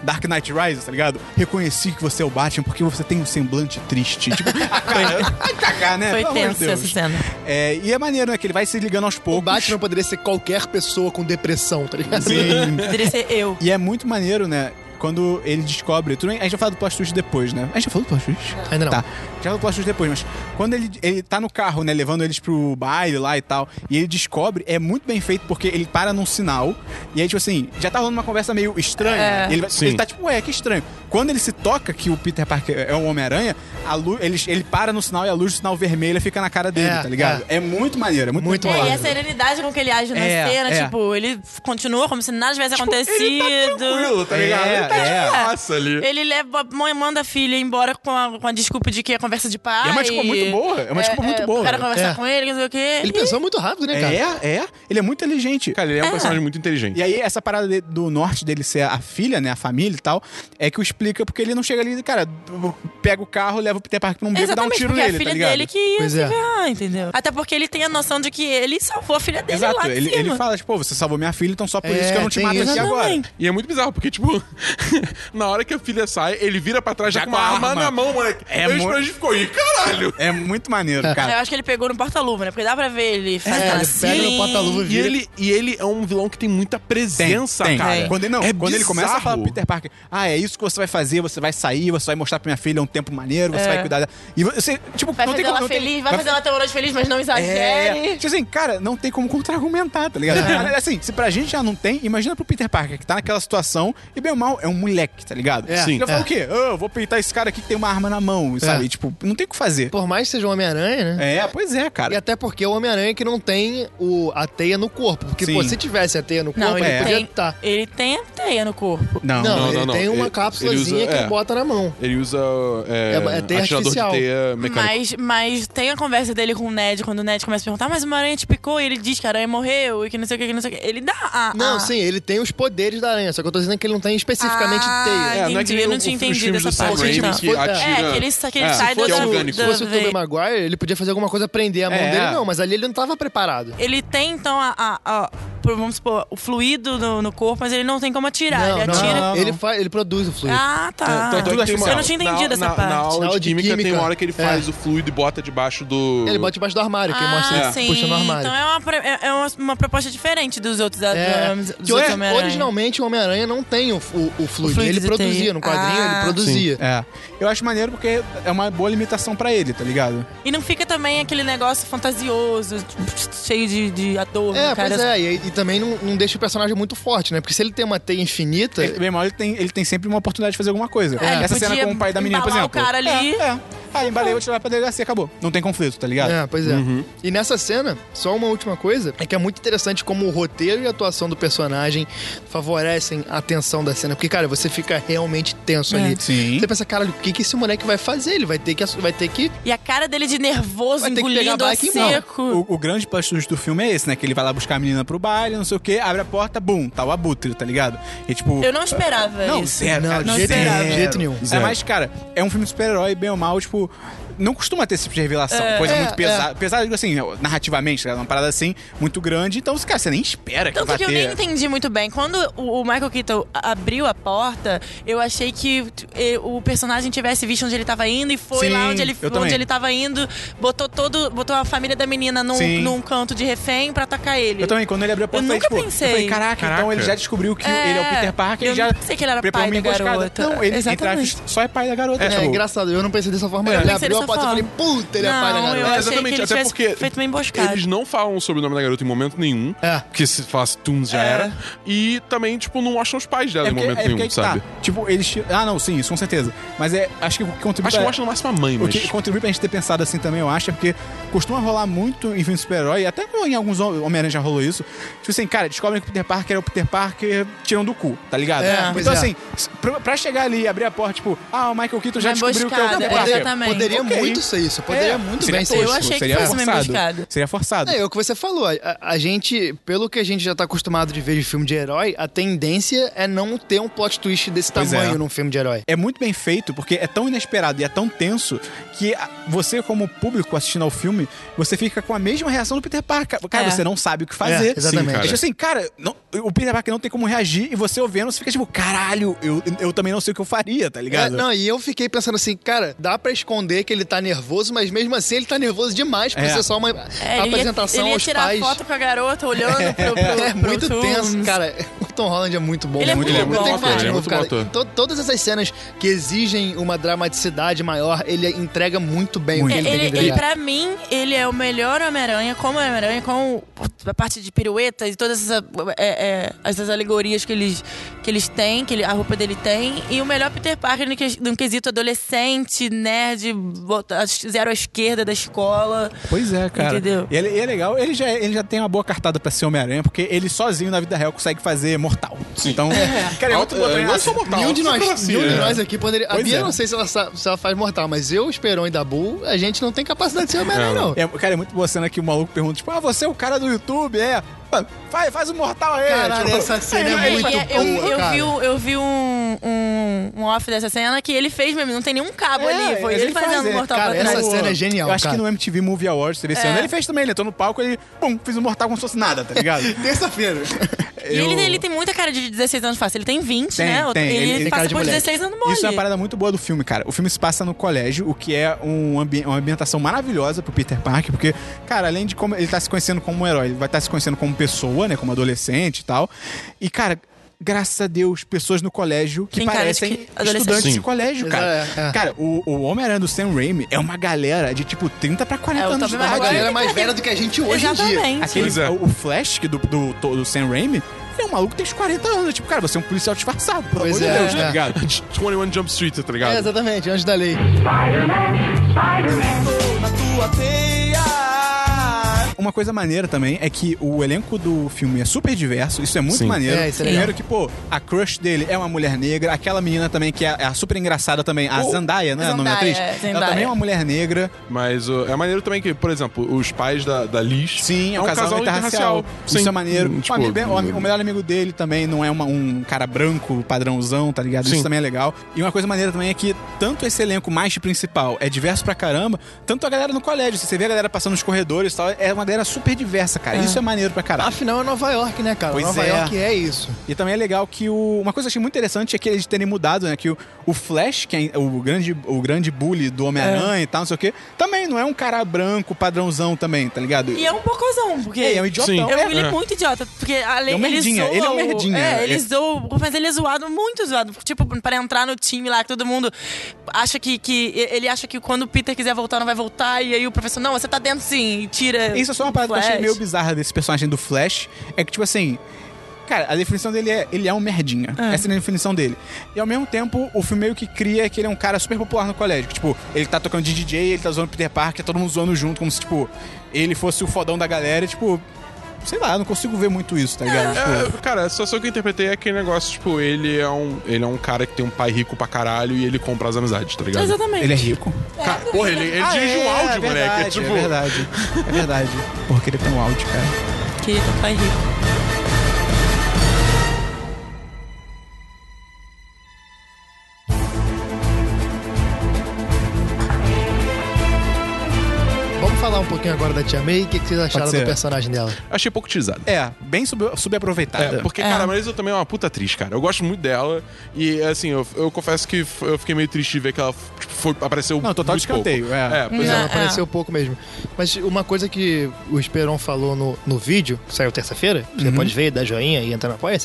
S4: Dark Knight Rises, tá ligado? Reconheci que você é o Batman porque você tem um semblante triste. Tipo, ah, cara, vai cagar, né?
S7: Foi
S4: Pelo amor de
S7: tenso
S4: Deus.
S7: essa cena.
S4: É, e é maneiro, né? Que ele vai se ligando aos poucos.
S5: O Batman poderia ser qualquer pessoa com depressão, tá ligado?
S4: Sim.
S7: Poderia ser eu.
S4: E é muito maneiro, né? Quando ele descobre. Tudo bem, a gente vai falar do plot twist depois, né? A gente já falou do plot twist?
S5: Ainda não.
S4: Tá. Já falou do plot twist depois, mas quando ele, ele tá no carro, né? Levando eles pro baile lá e tal. E ele descobre, é muito bem feito porque ele para num sinal. E aí, tipo assim, já tá rolando uma conversa meio estranha. né? E Ele, vai-
S6: Sim.
S4: ele tá tipo, ué, que estranho. Quando ele se toca que o Peter Parker é o Homem-Aranha, a luz, ele, ele para no sinal e a luz do sinal vermelha fica na cara dele,
S5: É,
S4: tá ligado? É. muito maneiro, é muito,
S5: Muito
S4: bem
S7: É, e
S5: maneiro.
S7: a serenidade com que ele age na
S4: É,
S7: cena,
S4: é. Tipo, tá
S7: tipo, ele continua como se nada tivesse acontecido.
S6: Tranquilo, tá ligado?
S4: É,
S6: ele tá
S4: é.
S6: de massa ali.
S7: Ele leva, mãe manda a filha embora com a, com a desculpa de que é conversa de pai.
S4: E é uma desculpa muito boa, é uma desculpa muito boa.
S7: O cara conversar
S5: É.
S7: com ele, não sei o quê.
S5: Ele pensou muito rápido, né, cara?
S4: É, é. Ele é muito inteligente.
S6: Cara, ele é um personagem muito inteligente.
S4: E aí, essa parada de- do norte dele ser a filha, né? A família e tal, é que o explica porque ele não chega ali, cara, pega o carro, leva o Peter Parker pra um beco e dá um
S7: Exatamente,
S4: tiro
S7: porque
S4: nele,
S7: é a filha
S4: tá ligado?
S7: dele que ia
S5: Pois
S7: se
S5: é.
S7: ferrar, entendeu? Até porque ele tem a noção de que ele salvou a filha dele lá
S4: Exato,
S7: de
S4: ele,
S7: cima.
S4: ele fala, tipo, "Pô, você salvou minha filha, então só por
S5: É,
S4: isso que eu não te
S5: tem
S4: mato
S5: isso.
S4: aqui agora.
S7: Exatamente.
S6: E é muito bizarro, porque, tipo, na hora que a filha sai, ele vira pra trás já,
S4: Já
S6: com uma
S4: com a
S6: arma,
S4: arma.
S6: na mão, moleque.
S4: É
S6: eu
S4: mo-
S6: espero que ficou aí, caralho.
S4: É muito maneiro,
S7: Eu
S4: cara.
S7: acho que ele pegou no porta-luva, né? Porque dá pra ver ele fazendo
S5: É, ele
S7: assim.
S5: pega no porta-luva e
S6: E
S5: vira.
S6: ele, e ele é um vilão que tem muita presença,
S4: tem.
S6: cara.
S4: Quando, ele, não,
S6: É
S4: quando ele começa a falar pro
S6: bizarro.
S4: Peter Parker, ah, é isso que você vai fazer, você vai sair, você vai mostrar pra minha filha um tempo maneiro, você vai cuidar dela. E você, tipo,
S7: É. Vai
S4: não
S7: fazer
S4: tem como.
S7: ela
S4: não tem-
S7: feliz, vai fazer ela ter uma noite feliz, mas não exagere.
S4: É. Tipo assim, cara, não tem como contra-argumentar, tá ligado?
S7: É.
S4: Assim, se pra gente já não tem, imagina pro Peter Parker, que tá naquela situação, e bem ou mal, é um moleque, tá ligado?
S5: É. Sim.
S4: Ele vai falar
S5: É.
S4: o quê? Ah, eu vou peitar esse cara aqui que tem uma arma na
S7: É.
S4: mão, sabe? E, tipo, não tem o que fazer.
S5: Por mais que seja o Homem-Aranha, né?
S4: É, pois é,
S5: E
S4: cara.
S5: até porque é o Homem-Aranha que não tem o, a teia no corpo. Porque,
S4: Sim.
S5: pô, se tivesse a teia no corpo,
S7: Não, ele,
S5: ele podia
S7: tem,
S5: estar.
S7: ele tem a teia no corpo.
S4: Não,
S5: Não,
S6: não,
S5: ele
S6: não.
S5: tem uma
S6: Ele-
S5: cápsulazinha
S6: ele usa-
S5: que
S6: é.
S5: ele bota na mão.
S6: Ele usa é,
S5: É, é teia
S6: atirador
S5: artificial.
S6: de teia mecânica.
S7: Mas, mas tem a conversa dele com o Ned, quando o Ned começa a perguntar, mas uma aranha te picou e ele diz que a aranha morreu e que não sei o que, que não sei o que. Ele dá a.
S5: Não,
S7: a-
S5: sim, ele tem os poderes da aranha, só que eu tô dizendo que ele não tem especificamente
S7: Ah,
S5: teia.
S6: É, não é
S7: Entendi,
S6: que nem
S7: eu não
S6: o-
S7: tinha
S6: os
S7: entendido
S6: filmes do
S7: essa
S6: Sam
S5: parte,
S6: Raimi
S5: não.
S6: que atira...
S7: É, que ele sa- que ele
S6: É,
S7: sai
S6: que é
S7: da-
S6: orgânico.
S5: Se fosse o
S7: Vem.
S5: Tobey Maguire, ele podia fazer alguma coisa, prender a mão
S4: É.
S5: dele, não, mas ali ele não tava preparado.
S7: Ele tem, então, a, a- a- por- vamos supor, o fluido no, no corpo, mas ele não tem como atirar.
S5: Não,
S7: Ah, ele
S5: não,
S7: atira.
S5: não, Então,
S4: não.
S5: Ele, fa- ele produz o fluido.
S7: Ah, tá.
S6: Tanto é que tem
S5: tipo assim,
S6: uma-
S7: eu não tinha entendido
S6: na-
S7: essa
S6: na-
S7: parte.
S6: Na aula de química, tem uma hora que ele
S5: É.
S6: faz o fluido e bota debaixo do...
S5: Ele bota debaixo do armário, que mostra ele
S7: ah, sim.
S5: puxando o armário.
S7: Então é uma, pro- é- é uma, uma proposta diferente dos outros. a-
S5: É,
S7: dos
S5: que
S7: outros
S5: ori-
S7: Homem-Aranha.
S5: originalmente o Homem-Aranha não tem o, o- o fluido.
S7: fluido
S5: Ele
S7: de
S5: produzia
S7: teia.
S5: no quadrinho,
S7: Ah.
S5: ele produzia.
S4: É. Eu acho maneiro porque é uma boa limitação pra ele, tá ligado?
S7: E não fica também aquele negócio fantasioso, tipo, cheio de, de ator.
S5: É,
S7: cara.
S5: pois é, e, e também não, não deixa o personagem muito forte, né? Porque se ele tem uma teia
S7: É.
S5: infinita,
S4: Ele- Bem mal, ele tem, ele tem sempre uma oportunidade de fazer alguma coisa.
S7: ele
S4: Essa cena
S7: É. podia
S4: com o pai da menina, por
S7: embalar
S4: exemplo.
S7: o cara ali.
S4: É, é. Ah, embalei, vou tirar pra delegacia, acabou. Não tem conflito, tá ligado?
S5: É, pois é.
S7: Uhum.
S5: E nessa cena, só uma última coisa, é que é muito interessante como o roteiro e a atuação do personagem favorecem a tensão da cena. Porque, cara, você fica realmente tenso
S7: É.
S5: ali.
S4: Sim.
S5: Você pensa, caralho, o que, que esse moleque vai fazer? Ele vai ter que. Vai ter que.
S7: E a cara dele de nervoso,
S5: Vai ter que
S7: engolindo
S5: pegar
S7: a
S5: bike e ir embora.
S7: seco.
S4: O, o grande plot twist do filme é esse, né? Que ele vai lá buscar a menina pro baile, não sei o quê, abre a porta, bum, tá o abutre, tá ligado? E tipo.
S7: Eu não esperava
S4: Não,
S7: isso.
S4: zero,
S5: Não,
S4: cara,
S5: de jeito
S4: zero.
S5: nenhum, de jeito nenhum.
S4: É,
S5: Zero.
S4: mas, cara, é um filme de super-herói, bem ou mal, tipo. Não costuma ter esse tipo de revelação, coisa
S5: É,
S4: muito pesada. Pesada, digo assim, narrativamente, tá ligado? uma parada assim, muito grande. Então, cara, você nem espera que
S7: Tanto
S4: vai
S7: que eu nem
S4: ter.
S7: entendi muito bem. Quando o o Michael Keaton a- abriu a porta, eu achei que t- eh, o personagem tivesse visto onde ele tava indo e foi
S4: Sim,
S7: lá onde ele,
S4: eu também.
S7: onde ele tava indo, botou todo, botou a família da menina num,
S4: Sim.
S7: num canto de refém pra atacar ele.
S4: Eu também, quando ele abriu a porta,
S7: nunca
S4: tipo,
S7: pensei.
S4: eu falei, caraca, então
S6: Caraca.
S4: ele já descobriu que
S7: É,
S4: ele é o Peter Parker
S7: eu
S4: ele já.
S7: não pensei que ele era
S4: preparou
S7: pai
S4: uma
S7: da
S4: emboscada.
S7: garota.
S4: Não, ele, entre
S7: Exatamente.
S4: aspas, só é pai da garota.
S5: É,
S4: tipo,
S5: engraçado, eu não pensei dessa forma.
S7: Eu
S5: ele
S7: pensei
S5: abriu a
S7: dessa
S5: Potter, eu
S7: fala.
S5: falei, puta, ele apaga a
S7: Não, eu
S5: garota.
S6: É,
S7: achei que
S6: exatamente,
S7: ele
S6: até
S7: tivesse
S6: porque
S7: feito uma emboscada.
S6: Eles não falam sobre o nome da garota em momento nenhum.
S5: É.
S6: Porque se falasse Toons já
S7: É.
S6: era. E também, tipo, não acham os pais dela
S4: É
S6: em
S4: porque,
S6: momento
S4: é porque
S6: nenhum,
S4: aí que tá.
S6: sabe?
S4: Tipo, eles. ti- Ah, não, sim, isso com certeza. Mas é. Acho que o que contribui.
S6: Acho que
S4: pra-
S6: mostra no máximo a mãe,
S4: O
S6: mas. tá
S4: que contribui pra gente ter pensado assim também, eu acho, é porque costuma rolar muito em filme de super-herói, até em alguns Hom- Homem-Aranha já rolou isso. Tipo assim, cara, descobrem que o Peter Parker é o Peter Parker tiram do cu, tá ligado?
S5: É, pois
S4: então
S5: é.
S4: assim, s- pra, pra chegar ali e abrir a porta, tipo, ah, o Michael Keaton já
S7: Uma
S4: descobriu que é o
S7: emboscada,
S4: Peter Parker.
S7: exatamente.
S5: Poderia
S4: Ok.
S5: muito ser isso. Poderia
S7: É.
S5: muito
S4: seria
S5: bem ser
S4: tosco,
S5: isso.
S7: Eu achei que
S4: seria
S7: fosse uma
S4: forçado.
S7: emboscada.
S4: Seria forçado.
S5: É, é o que você falou. A, a- a gente, pelo que a gente já tá acostumado de ver de filme de herói, a tendência é não ter um plot twist desse
S4: Pois é.
S5: tamanho num filme de herói.
S4: é muito bem feito porque é tão inesperado e é tão tenso que a- você, como público assistindo ao filme, você fica com a mesma reação do Peter Parker. Cara,
S7: É.
S4: você não sabe o que fazer.
S5: É, exatamente.
S4: Sim, cara. É tipo assim, cara, não- o Peter Parker não tem como reagir e você ouvindo, você fica tipo, caralho, eu, eu também não sei o que eu faria, tá
S5: É,
S4: ligado?
S5: não, e eu fiquei pensando assim, cara, dá pra esconder que ele tá nervoso, mas mesmo assim ele tá nervoso demais pra
S4: É.
S5: ser só uma
S7: É, ele ia-
S5: apresentação
S7: ele ia
S5: aos
S7: tirar
S5: pais.
S7: foto com a garota olhando pro, pro,
S5: É
S7: pro
S5: muito
S7: Tom.
S5: tenso, cara. O Tom Holland é muito bom.
S7: Ele é muito
S5: Eu
S7: bom,
S5: tenho que falar
S7: cara.
S5: de
S7: Ele é
S5: novo,
S6: muito bom
S5: cara. To- Todas essas cenas que exigem uma dramaticidade maior, ele entrega muito bem o
S4: Muito.
S5: que
S7: É,
S5: ele,
S7: Ele,
S5: tem que
S7: ele,
S5: entregar.
S7: pra mim, ele é o melhor Homem-Aranha, como Homem-Aranha, com a parte de pirueta e todas essas, é, é, essas alegorias que eles, que eles têm, que ele- a roupa dele tem. E o melhor Peter Parker no, que- no quesito adolescente, nerd, bota- zero à esquerda da escola.
S4: Pois é, cara.
S7: Entendeu?
S4: E ele, e é legal, ele já, ele já tem uma boa cartada pra ser Homem-Aranha, porque ele sozinho na vida real consegue fazer mortal. Então, cara, é
S6: Alto-
S4: muito
S6: é,
S4: botão em
S6: não é
S4: ação.
S6: só mortal.
S5: Nenhum de nós,
S6: supremacia.
S5: nenhum de
S6: É.
S5: nós aqui poderia. A
S4: assim, né? Pois
S5: Bia,
S4: é.
S5: não sei se ela, sa- se ela faz mortal, mas eu, Esperon e Dabu, a gente não tem capacidade de ser Homem-Aranha, não.
S4: É, cara, é muito boa cena que o maluco pergunta, tipo, ah, você é o cara do YouTube, é? Faz, faz o mortal aí.
S5: Caralho,
S4: tipo,
S5: essa cena é
S7: É,
S5: muito
S7: e é- eu,
S5: boa,
S7: eu
S5: cara.
S7: vi, o- eu vi um, um, um off dessa cena que ele fez mesmo, não tem nenhum cabo
S4: É,
S7: ali. Foi
S4: ele
S7: ele,
S4: faz,
S7: fazendo
S4: é.
S7: mortal É.
S5: Cara,
S7: pra trás.
S5: essa cena é genial,
S4: Eu acho
S5: cara.
S4: que no MTV Movie Awards teve esse ano. Ele fez também, ele entrou no palco e, pum, fez um mortal como se fosse nada, tá ligado?
S5: Terça-feira.
S7: E ele,
S4: Eu-
S7: ele tá tem muita cara de 16 anos fácil. Ele tem 20,
S4: Tem,
S7: né?
S4: tem.
S7: Ele,
S4: Ele- ele
S5: cara
S7: passa
S5: de
S7: por
S5: moleque.
S7: 16 anos mole.
S4: Isso é uma parada muito boa do filme, cara. O filme se passa no colégio, o que é um ambi- uma ambientação maravilhosa pro Peter Parker, porque, cara, além de como ele tá se conhecendo como um herói, ele vai estar se conhecendo como pessoa, né? Como adolescente e tal. E, cara. Graças a Deus, pessoas no colégio que
S7: Tem cara de
S4: parecem
S7: que- adolescente.
S4: estudantes de
S6: Sim.
S4: colégio, cara.
S5: É, é.
S4: Cara, o, o Homem-Aranha do Sam Raimi é uma galera de tipo 30 pra 40
S7: É, o
S4: anos de
S7: Tobey
S5: Uma
S4: idade.
S7: Maguire.
S5: galera mais velha do que a gente hoje em dia.
S7: Exatamente.
S4: Aquele,
S6: Pois é.
S4: O Flash que do, do, to- do Sam Raimi, ele é um maluco que tem uns 40 anos. Tipo, cara, você é um policial disfarçado, pelo
S5: Pois
S4: amor de
S5: é,
S4: Deus,
S5: é.
S4: tá ligado?
S6: 21 Jump Street, tá ligado?
S5: É, exatamente, antes da lei.
S4: Uma coisa maneira também é que o elenco do filme é super diverso, isso é muito
S6: Sim.
S4: maneiro.
S5: É, isso é
S4: Primeiro
S5: legal.
S4: que, pô, a crush dele é uma mulher negra, aquela menina também que é, é a super engraçada também, a Zandaya, né? o nome da
S7: Zendaya,
S4: atriz?
S7: é,
S4: Ela também é
S7: Zendaya.
S4: uma mulher negra.
S6: Mas ó, é maneiro também que, por exemplo, os pais da, da Liz.
S4: Sim, é um, casal, interracial.
S6: Sim.
S4: Isso é maneiro.
S6: Hum,
S4: o, amigo-
S6: tipo,
S4: o ami- o melhor amigo dele também não é uma- um cara branco, padrãozão, tá ligado? Isso
S6: Sim.
S4: também é legal. E uma coisa maneira também é que tanto esse elenco mais principal é diverso pra caramba, tanto a galera no colégio. Se você vê a galera passando nos corredores e tal, é uma galera super diversa, cara. Isso é maneiro pra caralho.
S5: Afinal, é Nova York, né, cara?
S4: Pois
S5: Nova
S4: é.
S5: York é isso.
S4: E também é legal que o. Uma coisa que eu achei muito interessante é que eles terem mudado, né? Que o, o Flash, que é o grande, o grande bully do Homem-Aranha e tal, não sei o quê, também não é um cara branco, padrãozão também, tá ligado?
S7: E é um bocozão, porque...
S4: É, é um idiotão.
S6: Sim.
S7: Eu,
S4: É,
S7: ele é
S6: É.
S7: muito idiota, porque além
S4: É um merdinha,
S7: ele
S4: ele é
S7: zoa
S4: um
S7: o-
S4: merdinha.
S7: É,
S4: É.
S7: ele zoa, mas ele é zoado, muito zoado. Tipo, pra entrar no time lá, que todo mundo acha que, que. Ele acha que quando o Peter quiser voltar, não vai voltar. E aí o professor, não, você tá dentro sim, e tira.
S4: Isso é só uma parada que eu achei
S7: Flash.
S4: meio bizarra desse personagem do Flash. É que, tipo assim. Cara, a definição dele é ele é um merdinha. Essa é a definição dele. E ao mesmo tempo, o filme meio que cria que ele é um cara super popular no colégio. que, Tipo, ele tá tocando de DJ, ele tá zoando Peter Parker, todo mundo zoando junto, como se, tipo, ele fosse o fodão da galera. e, Tipo, sei lá, eu não consigo ver muito isso, tá ligado? Tipo,
S6: É, cara, a situação que eu interpretei é aquele negócio, tipo, ele é um, ele é um cara que tem um pai rico pra caralho e ele compra as amizades, tá ligado?
S7: Exatamente.
S4: ele é rico.
S6: Cara, porra, ele, ele
S4: Ah,
S6: dirige um áudio,
S4: é verdade,
S6: moleque. É, tipo,
S4: É verdade. É verdade. Porra, queria ter um áudio, cara.
S7: Querido pai tá rico.
S5: Vamos falar um pouquinho agora da Tia May. O que, que vocês acharam
S4: ser.
S5: do personagem dela?
S6: achei pouco utilizado.
S4: É, bem sub- subaproveitada.
S6: É, porque, cara, a Marisa também é uma puta atriz, cara. Eu gosto muito dela. E, assim, eu, eu confesso que f- eu fiquei meio triste de ver que ela tipo, foi, apareceu.
S4: Não, total
S6: muito pouco.
S4: descanteio, é.
S6: pois
S5: Pois é,
S7: Ah,
S5: ela
S7: é.
S5: apareceu pouco mesmo. Mas uma coisa que o Esperon falou no, no vídeo, que saiu terça-feira, você
S4: Uhum.
S5: pode ver, dar joinha e entrar na apoia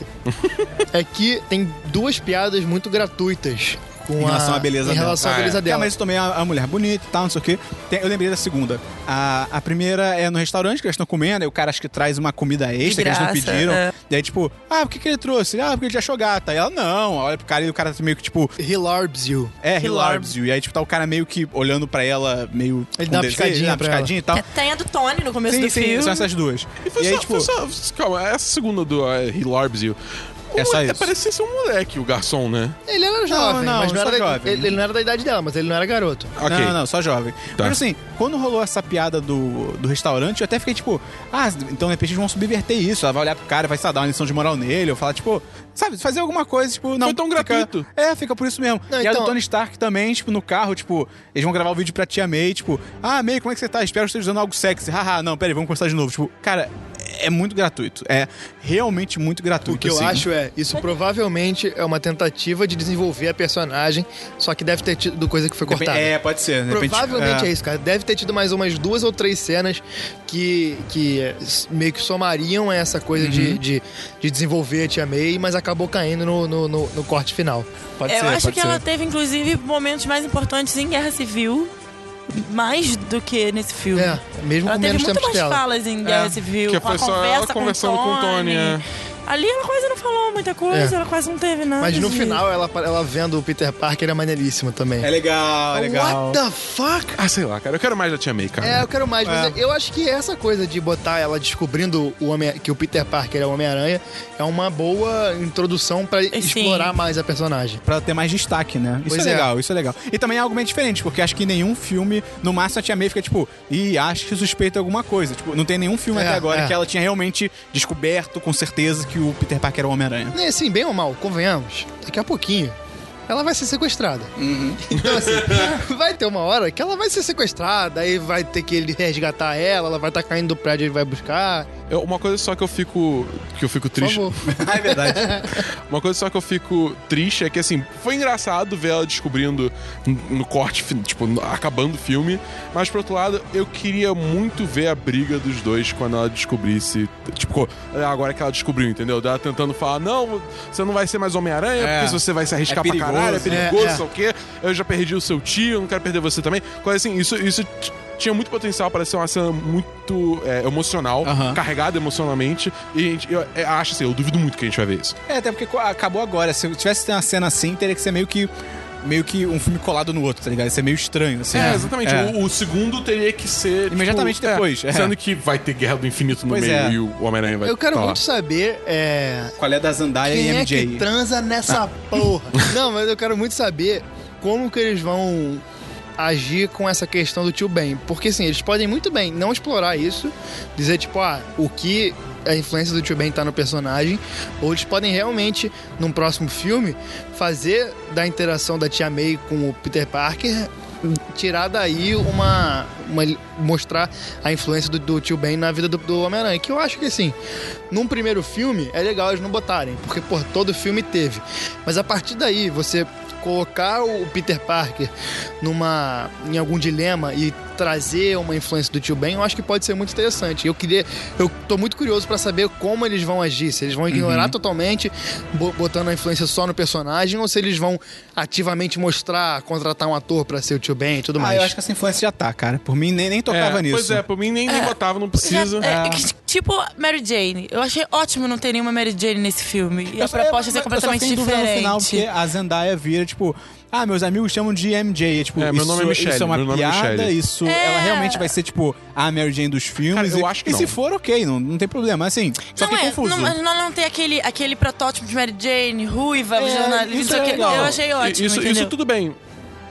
S5: é que tem duas piadas muito gratuitas com
S4: Em relação
S5: a,
S4: à beleza
S5: em
S4: dela.
S5: relação
S6: Ah,
S5: à
S6: é.
S5: beleza
S4: É,
S5: dela.
S4: mas também a, a mulher bonita e tal, não sei o quê. Tem- eu lembrei da segunda. A, a primeira é no restaurante que eles estão comendo, aí o cara acho que traz uma comida extra
S7: graça,
S4: que eles não pediram.
S7: é.
S4: E aí, tipo, ah, por que, que ele trouxe? Ah, porque ele já achou gata. E ela, não, olha pro cara e o cara meio que, tipo,
S5: He larbs you.
S4: é, he loves you. E aí, tipo, tá o cara meio que olhando pra ela, meio.
S5: Ele
S4: com
S5: dá uma
S4: desejo,
S5: piscadinha
S4: dá uma
S5: pra É,
S4: piscadinha e tal.
S7: Tem a É do Tony no começo
S4: Sim, é
S7: do
S4: sim,
S7: filme.
S4: são essas duas.
S6: E foi
S4: e
S6: só,
S4: aí, tipo,
S6: foi só- Calma, essa segunda do uh, He Larbs You.
S4: É só
S6: Mole-
S4: isso.
S6: Parecia ser um moleque, o garçom, né?
S5: Ele era jovem,
S4: não,
S5: mas não
S4: só
S5: era da,
S4: jovem.
S5: ele, ele não era da idade dela, mas ele não era garoto.
S6: Ok.
S4: Não, não, só jovem.
S6: Tá.
S4: Mas assim, quando rolou essa piada do, do restaurante, eu até fiquei tipo, ah, então de repente eles vão subverter isso. Ela vai olhar pro cara, vai sei lá, dar uma lição de moral nele, ou falar, tipo, sabe, fazer alguma coisa, tipo, não.
S6: Foi tão
S4: fica-
S6: gratuito.
S4: É, fica por isso mesmo.
S5: Não,
S4: e a do
S5: então-
S4: Tony Stark também, tipo, no carro, tipo, eles vão gravar o vídeo pra tia May, tipo, ah, May, como é que você tá? Espero que esteja usando algo sexy. Haha, não, peraí, vamos conversar de novo. Tipo, cara, é muito gratuito. É realmente muito gratuito.
S5: O que eu
S4: assim.
S5: acho é, isso provavelmente é uma tentativa de desenvolver a personagem, só que deve ter tido coisa que foi
S4: Depen-
S5: cortada.
S4: É, pode ser. de repente-
S5: Provavelmente é. isso, cara. Deve ter tido mais umas duas ou três cenas que, que eh, s- meio que somariam a essa coisa
S4: Uhum.
S5: de, de, de desenvolver a Tia May, mas acabou caindo no, no, no- no corte final.
S4: Pode
S7: É, Eu
S4: ser,
S7: acho
S4: pode
S7: que
S4: ser.
S7: ela teve, inclusive, momentos mais importantes em Guerra Civil. Mais do que nesse filme.
S5: É, mesmo
S7: ela
S5: com
S7: teve
S5: menos
S7: muito
S5: tempo
S7: mais
S5: de tela.
S7: falas em Guerra Civil.
S6: É, Que
S7: com a
S6: foi só
S7: conversa
S6: ela conversando com o Tony, é.
S7: Ali ela quase não falou muita coisa,
S5: É.
S7: ela quase não teve nada.
S5: Mas no
S7: de-
S5: final, ela, ela vendo o Peter Parker é maneiríssimo também.
S4: É legal, é legal.
S5: What the fuck?
S6: Ah, sei lá, cara. Eu quero mais da Tia May, cara.
S5: É, eu quero mais, mas eu acho que essa coisa de botar ela descobrindo o homem, que o Peter Parker é o Homem-Aranha é uma boa introdução pra explorar mais a personagem.
S4: Pra ter mais destaque, né? Isso
S5: Pois
S4: é
S5: é.
S4: legal, isso é legal. E também é algo meio diferente, porque acho que nenhum filme, no máximo a Tia May fica tipo, ih, acho que suspeita alguma coisa. Tipo, não tem nenhum filme
S5: É,
S4: até agora
S5: é.
S4: que ela tinha realmente descoberto com certeza que o Peter Parker era o Homem-Aranha.
S5: E assim, bem ou mal, convenhamos, daqui a pouquinho ela vai ser sequestrada.
S6: Uhum.
S5: Então, assim, vai ter uma hora que ela vai ser sequestrada, aí vai ter que ele resgatar ela, ela vai estar caindo do prédio, ele vai buscar.
S6: Eu- uma coisa só que eu fico. Que eu fico
S5: Por
S6: triste.
S5: favor.
S4: Ah, é verdade.
S6: Uma coisa só que eu fico triste é que, assim, foi engraçado ver ela descobrindo n- no corte, fi- tipo, no- acabando o filme. Mas, por outro lado, eu queria muito ver a briga dos dois quando ela descobrisse. Tipo, co- agora que ela descobriu, entendeu? Dela tentando falar: não, você não vai ser mais Homem-Aranha,
S4: É.
S6: porque você vai se arriscar
S4: É
S6: pra caralho, é
S4: perigoso,
S5: né?
S6: perigoso,
S5: É, é.
S6: sei o quê. Eu já perdi o seu tio, eu não quero perder você também. Coisa assim, isso. isso t- tinha muito potencial para ser uma cena muito é, emocional,
S4: Aham.
S6: carregada emocionalmente. E a gente- eu, eu acho assim, eu duvido muito que a gente vai ver isso.
S4: É, até porque co- acabou agora. Se tivesse uma cena assim, teria que ser meio que. Meio que um filme colado no outro, tá ligado? Isso é meio estranho, assim.
S6: É,
S4: né?
S6: exatamente.
S4: É.
S6: O, o segundo teria que ser. tipo,
S4: Imediatamente depois, é.
S6: Sendo que vai ter Guerra do Infinito no
S4: Pois
S6: meio
S4: é.
S6: e o Homem-Aranha vai.
S5: Eu quero
S6: tá lá.
S5: muito saber é,
S4: Qual é da Zandaya
S5: quem
S4: e
S5: é
S4: MJ?
S5: que transa nessa porra. Não, mas eu quero muito saber como que eles vão agir com essa questão do tio Ben. Porque, assim, eles podem muito bem não explorar isso, dizer, tipo, ah, o que a influência do tio Ben tá no personagem, ou eles podem realmente, num próximo filme, fazer da interação da tia May com o Peter Parker tirar daí uma, uma- mostrar a influência do, do tio Ben na vida do, do Homem-Aranha, que eu acho que assim, num primeiro filme é legal eles não botarem, porque por todo filme teve. Mas a partir daí, você colocar o Peter Parker numa em algum dilema e trazer uma influência do tio Ben, eu acho que pode ser muito interessante. Eu queria, eu tô muito curioso pra saber como eles vão agir, se eles vão
S6: Uhum.
S5: ignorar totalmente, bo- botando a influência só no personagem ou se eles vão ativamente mostrar, contratar um ator pra ser o tio Ben e tudo
S4: Ah,
S5: mais.
S4: eu acho que essa influência já tá, cara. Por mim, nem, nem tocava
S6: É,
S4: nisso.
S6: Pois é, por mim nem, nem botava, não
S7: É,
S6: precisa. Ah.
S7: é, que- tipo Mary Jane. Eu achei ótimo não ter nenhuma Mary Jane nesse filme. E a proposta é, ser
S4: eu
S7: completamente
S4: só fiquei em dúvida
S7: diferente.
S4: No final, porque a Zendaya vira, tipo, ah, meus amigos chamam de MJ. E, tipo,
S6: É, meu
S4: isso,
S6: nome é Michelle,
S4: Isso é uma
S6: meu nome é
S4: piada,
S6: Michelle.
S4: isso.
S7: É.
S4: Ela realmente vai ser, tipo, a Mary Jane dos filmes.
S6: Cara, eu
S4: e,
S6: acho que
S4: e
S6: não.
S4: se for, ok, não, não tem problema. Assim, só
S7: não
S4: fiquei
S7: é,
S4: confuso.
S7: não, mas não, não tem aquele, aquele protótipo de Mary Jane, ruiva,
S4: É,
S7: jornalista, não
S4: isso
S7: sei o
S4: é
S7: quê.
S4: legal.
S7: Eu achei ótimo,
S6: isso,
S7: entendeu?
S6: isso tudo bem.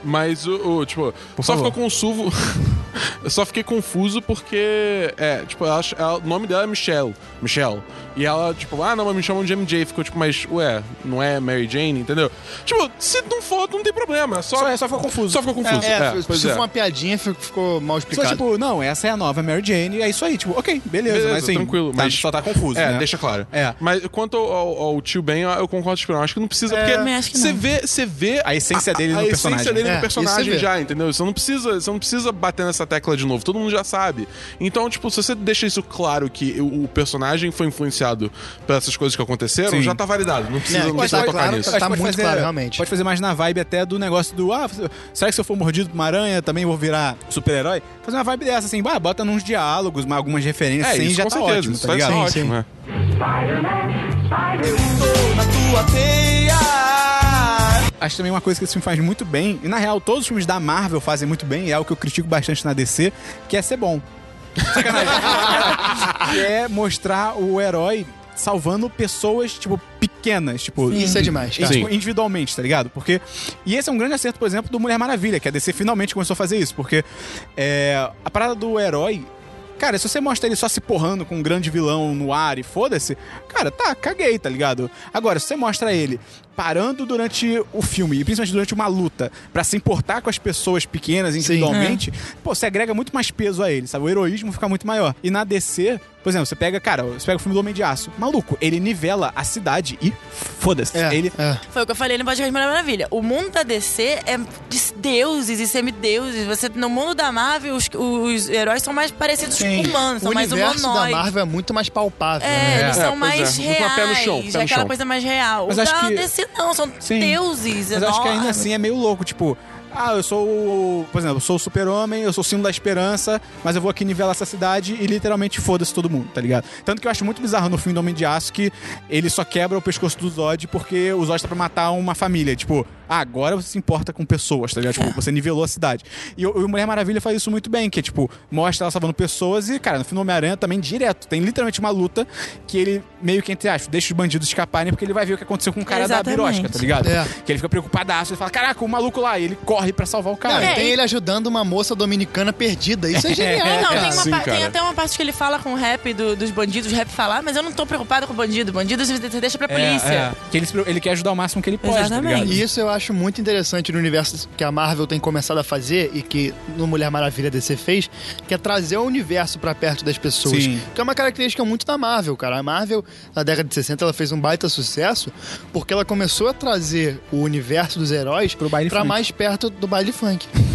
S6: Mas o, o, tipo, só
S5: favor.
S6: ficou confuso. eu só fiquei confuso porque. É, tipo, ela ch- ela- o nome dela é Michelle. Michelle. E ela, tipo, ah, não, mas me chamam de MJ. Ficou tipo, mas, ué, não é Mary Jane, entendeu? Tipo, se não for, não tem problema. Só,
S4: Só- só ficou confuso.
S6: Só ficou confuso.
S5: É,
S6: É,
S5: se
S6: pois
S5: for
S6: é.
S5: uma piadinha, fico- ficou mal
S4: Só,
S5: explicado.
S4: tipo, não, essa é a nova Mary Jane, é isso aí, tipo, ok, beleza,
S6: Beleza,
S4: mas assim,
S6: tranquilo,
S4: tá-
S6: mas-
S4: só tá confuso,
S6: É,
S4: né?
S6: deixa claro.
S4: É.
S6: Mas quanto ao, ao- ao tio Ben, eu- eu concordo com o Esperão. Acho que não precisa,
S7: Também acho
S6: porque
S7: que
S6: você
S7: não.
S6: vê, você vê
S4: A essência dele
S6: a
S4: no
S6: essência
S4: personagem.
S6: dele no
S5: É, isso você
S6: personagem
S5: vê.
S6: já, entendeu? Você não precisa, você não precisa bater nessa tecla de novo, todo mundo já sabe. Então, tipo, se você deixa isso claro que o, o personagem foi influenciado influenciado por essas coisas que aconteceram,
S4: Sim.
S6: já tá validado. Não precisa,
S5: É,
S6: não
S5: mas
S6: precisa
S5: tá
S6: tocar
S5: claro,
S6: nisso.
S5: tá-
S4: Acho que pode
S5: muito claro, realmente.
S4: Pode fazer mais na vibe até do negócio do. Ah, será que se eu for mordido por uma aranha também vou virar super-herói? Fazer uma vibe dessa, assim, bah, bota nos diálogos, mas algumas referências,
S6: É,
S4: assim,
S6: isso
S4: já
S6: com
S4: tá
S6: certeza.
S4: ótimo,
S6: isso
S4: tá
S6: vai ser
S4: ligado?
S6: ótimo, é.
S4: Acho também uma coisa que esse filme faz muito bem, e na real todos os filmes da Marvel fazem muito bem, e é o que eu critico bastante na DC, que é ser bom. Sacanagem. que é mostrar o herói salvando pessoas, tipo, pequenas, tipo...
S5: Isso é demais, cara.
S4: e, tipo, individualmente, tá ligado? Porque. E esse é um grande acerto, por exemplo, do Mulher Maravilha, que a DC finalmente começou a fazer isso, porque é, a parada do herói. Cara, se você mostra ele só se porrando com um grande vilão no ar e foda-se, cara, tá, caguei, tá ligado? Agora, se você mostra ele parando durante o filme, e principalmente durante uma luta, pra se importar com as pessoas pequenas individualmente,
S5: É.
S4: pô, você agrega muito mais peso a ele, sabe? O heroísmo fica muito maior. E na DC, por exemplo, você pega, cara, você pega o filme do Homem de Aço. Maluco, ele nivela a cidade e foda-se.
S5: É,
S4: ele
S5: é.
S7: Foi o que eu falei no podcast Mulher Maravilha. O mundo da DC é de deuses e semideuses. Você, no mundo da Marvel, os, os heróis são mais parecidos com humanos,
S5: o
S7: são mais
S5: universo da
S7: humanoides.
S5: Marvel é muito mais palpável,
S7: É,
S5: né?
S7: eles
S6: É,
S7: são
S6: pois
S7: mais
S6: é. Muito mais
S7: reais.
S6: pé no chão, pé no
S7: é aquela
S6: chão.
S7: coisa mais real.
S4: Mas
S7: o
S4: acho
S7: da
S4: que-
S7: DC não, são
S4: Sim.
S7: deuses
S4: Mas eu acho que ainda assim é meio louco, tipo, ah, eu sou o. Por exemplo, eu sou o super-homem, eu sou o símbolo da esperança, mas eu vou aqui nivelar essa cidade e literalmente foda-se todo mundo, tá ligado? Tanto que eu acho muito bizarro no filme do Homem de Aço que ele só quebra o pescoço do Zod porque o Zod tá pra matar uma família. Tipo, ah, agora você se importa com pessoas, tá ligado? Tipo, você nivelou a cidade. E o e o Mulher Maravilha faz isso muito bem, que é tipo, mostra ela salvando pessoas e, cara, no filme do Homem-Aranha também direto. Tem literalmente uma luta que ele meio que, entre aspas, deixa os bandidos escaparem porque ele vai ver o que aconteceu com o cara
S7: Exatamente.
S4: da birosca, tá ligado?
S5: É.
S4: Que ele fica preocupadaço, ele fala, caraca, o maluco lá, e ele corre pra salvar o
S5: Não,
S4: cara.
S5: e tem
S7: e-
S5: ele ajudando uma moça dominicana perdida. Isso é genial,
S7: É, não,
S5: cara.
S7: tem, uma
S6: Sim,
S7: par-
S6: cara.
S7: tem até uma parte que ele fala com o rap do- dos bandidos, rap falar, mas eu não tô preocupada com o bandido. Bandido você
S6: É,
S7: deixa pra polícia.
S4: É, Que ele, se pre- ele quer ajudar o máximo que ele pode,
S7: Exatamente.
S4: tá ligado?
S5: E isso eu acho muito interessante no universo que a Marvel tem começado a fazer e que no Mulher Maravilha DC fez, que é trazer o universo pra perto das pessoas.
S4: Sim.
S5: Que é uma característica muito da Marvel, cara. A Marvel, na década de 60, ela fez um baita sucesso porque ela começou a trazer o universo dos heróis
S4: Pro baile
S5: pra
S4: funk.
S5: mais perto do baile funk.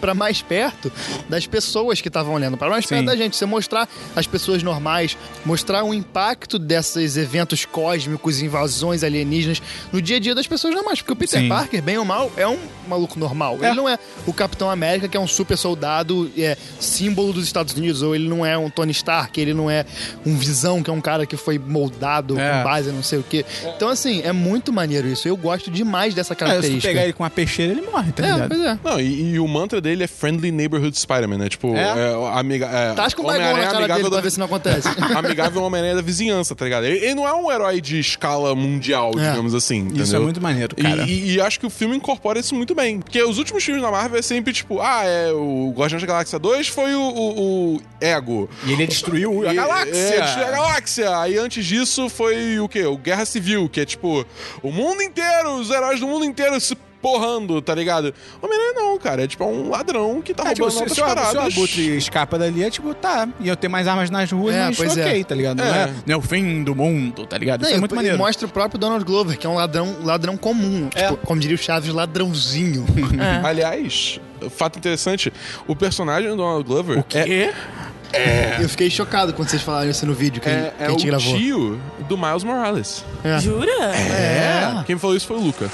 S5: Pra mais perto das pessoas que estavam olhando, pra mais
S4: Sim.
S5: perto da gente. Você mostrar as pessoas normais, mostrar o impacto desses eventos cósmicos, invasões alienígenas no dia a dia das pessoas normais. Porque o Peter
S4: Sim.
S5: Parker, bem ou mal, é um maluco normal.
S4: É.
S5: Ele não é o Capitão América, que é um super soldado, é símbolo dos Estados Unidos, ou ele não é um Tony Stark, ele não é um Visão, que é um cara que foi moldado
S4: É.
S5: com base, não sei o quê. Então, assim, é muito maneiro isso. Eu gosto demais
S4: É,
S5: dessa
S4: se tu
S5: característica.
S4: pegar ele com uma peixeira, ele morre, tá
S5: É,
S4: ligado?
S5: pois é.
S6: Não, e, e o mantra dele é Friendly Neighborhood Spider-Man, né? Tipo,
S4: É?
S6: é, amiga, é
S5: Tasca um baigão
S6: Homem-Aranha
S5: na cara dele
S6: amigável
S5: pra
S6: da,
S5: ver se não acontece.
S6: amigável Homem-Aranha da vizinhança, tá ligado? Ele, ele não é um herói de escala mundial,
S5: É.
S6: digamos assim.
S4: Isso
S6: entendeu?
S4: é muito maneiro,
S6: E-
S4: cara.
S6: E, e acho que o filme incorpora isso muito bem. Porque os últimos filmes da Marvel é sempre tipo, ah, é o Guardiões da Galáxia 2 foi o, o- o Ego.
S4: E ele destruiu a
S6: E-
S4: galáxia.
S6: É, destruiu a galáxia. Aí antes disso foi o quê? O Guerra Civil, que é tipo, o mundo inteiro, os heróis do mundo inteiro se porrando, tá ligado? Homem-Aranha não, cara. É tipo um ladrão que tá
S4: É, tipo,
S6: roubando outras
S4: se, se, o,
S5: um
S4: se o
S6: paradas.
S4: Abutre escapa dali, é tipo, tá, e eu tenho mais armas nas ruas,
S5: É,
S4: mas
S5: pois é.
S4: ok, tá ligado? Não,
S6: É.
S4: é, não é o fim do mundo, tá ligado? Isso
S5: Não,
S4: é
S5: e-
S4: muito
S5: e
S4: maneiro.
S5: mostra o próprio Donald Glover, que é um ladrão, ladrão comum.
S4: É.
S5: Tipo, como diria o Chaves, ladrãozinho.
S6: Aliás, fato interessante, o personagem do Donald Glover
S4: O quê?
S6: é,
S4: É.
S5: Eu fiquei chocado quando vocês falaram isso no vídeo que,
S6: é,
S5: que
S6: é
S5: a
S6: o
S5: gente gravou.
S4: tipo
S6: tio do Miles Morales.
S7: Jura?
S6: É. Quem falou isso foi o Luca.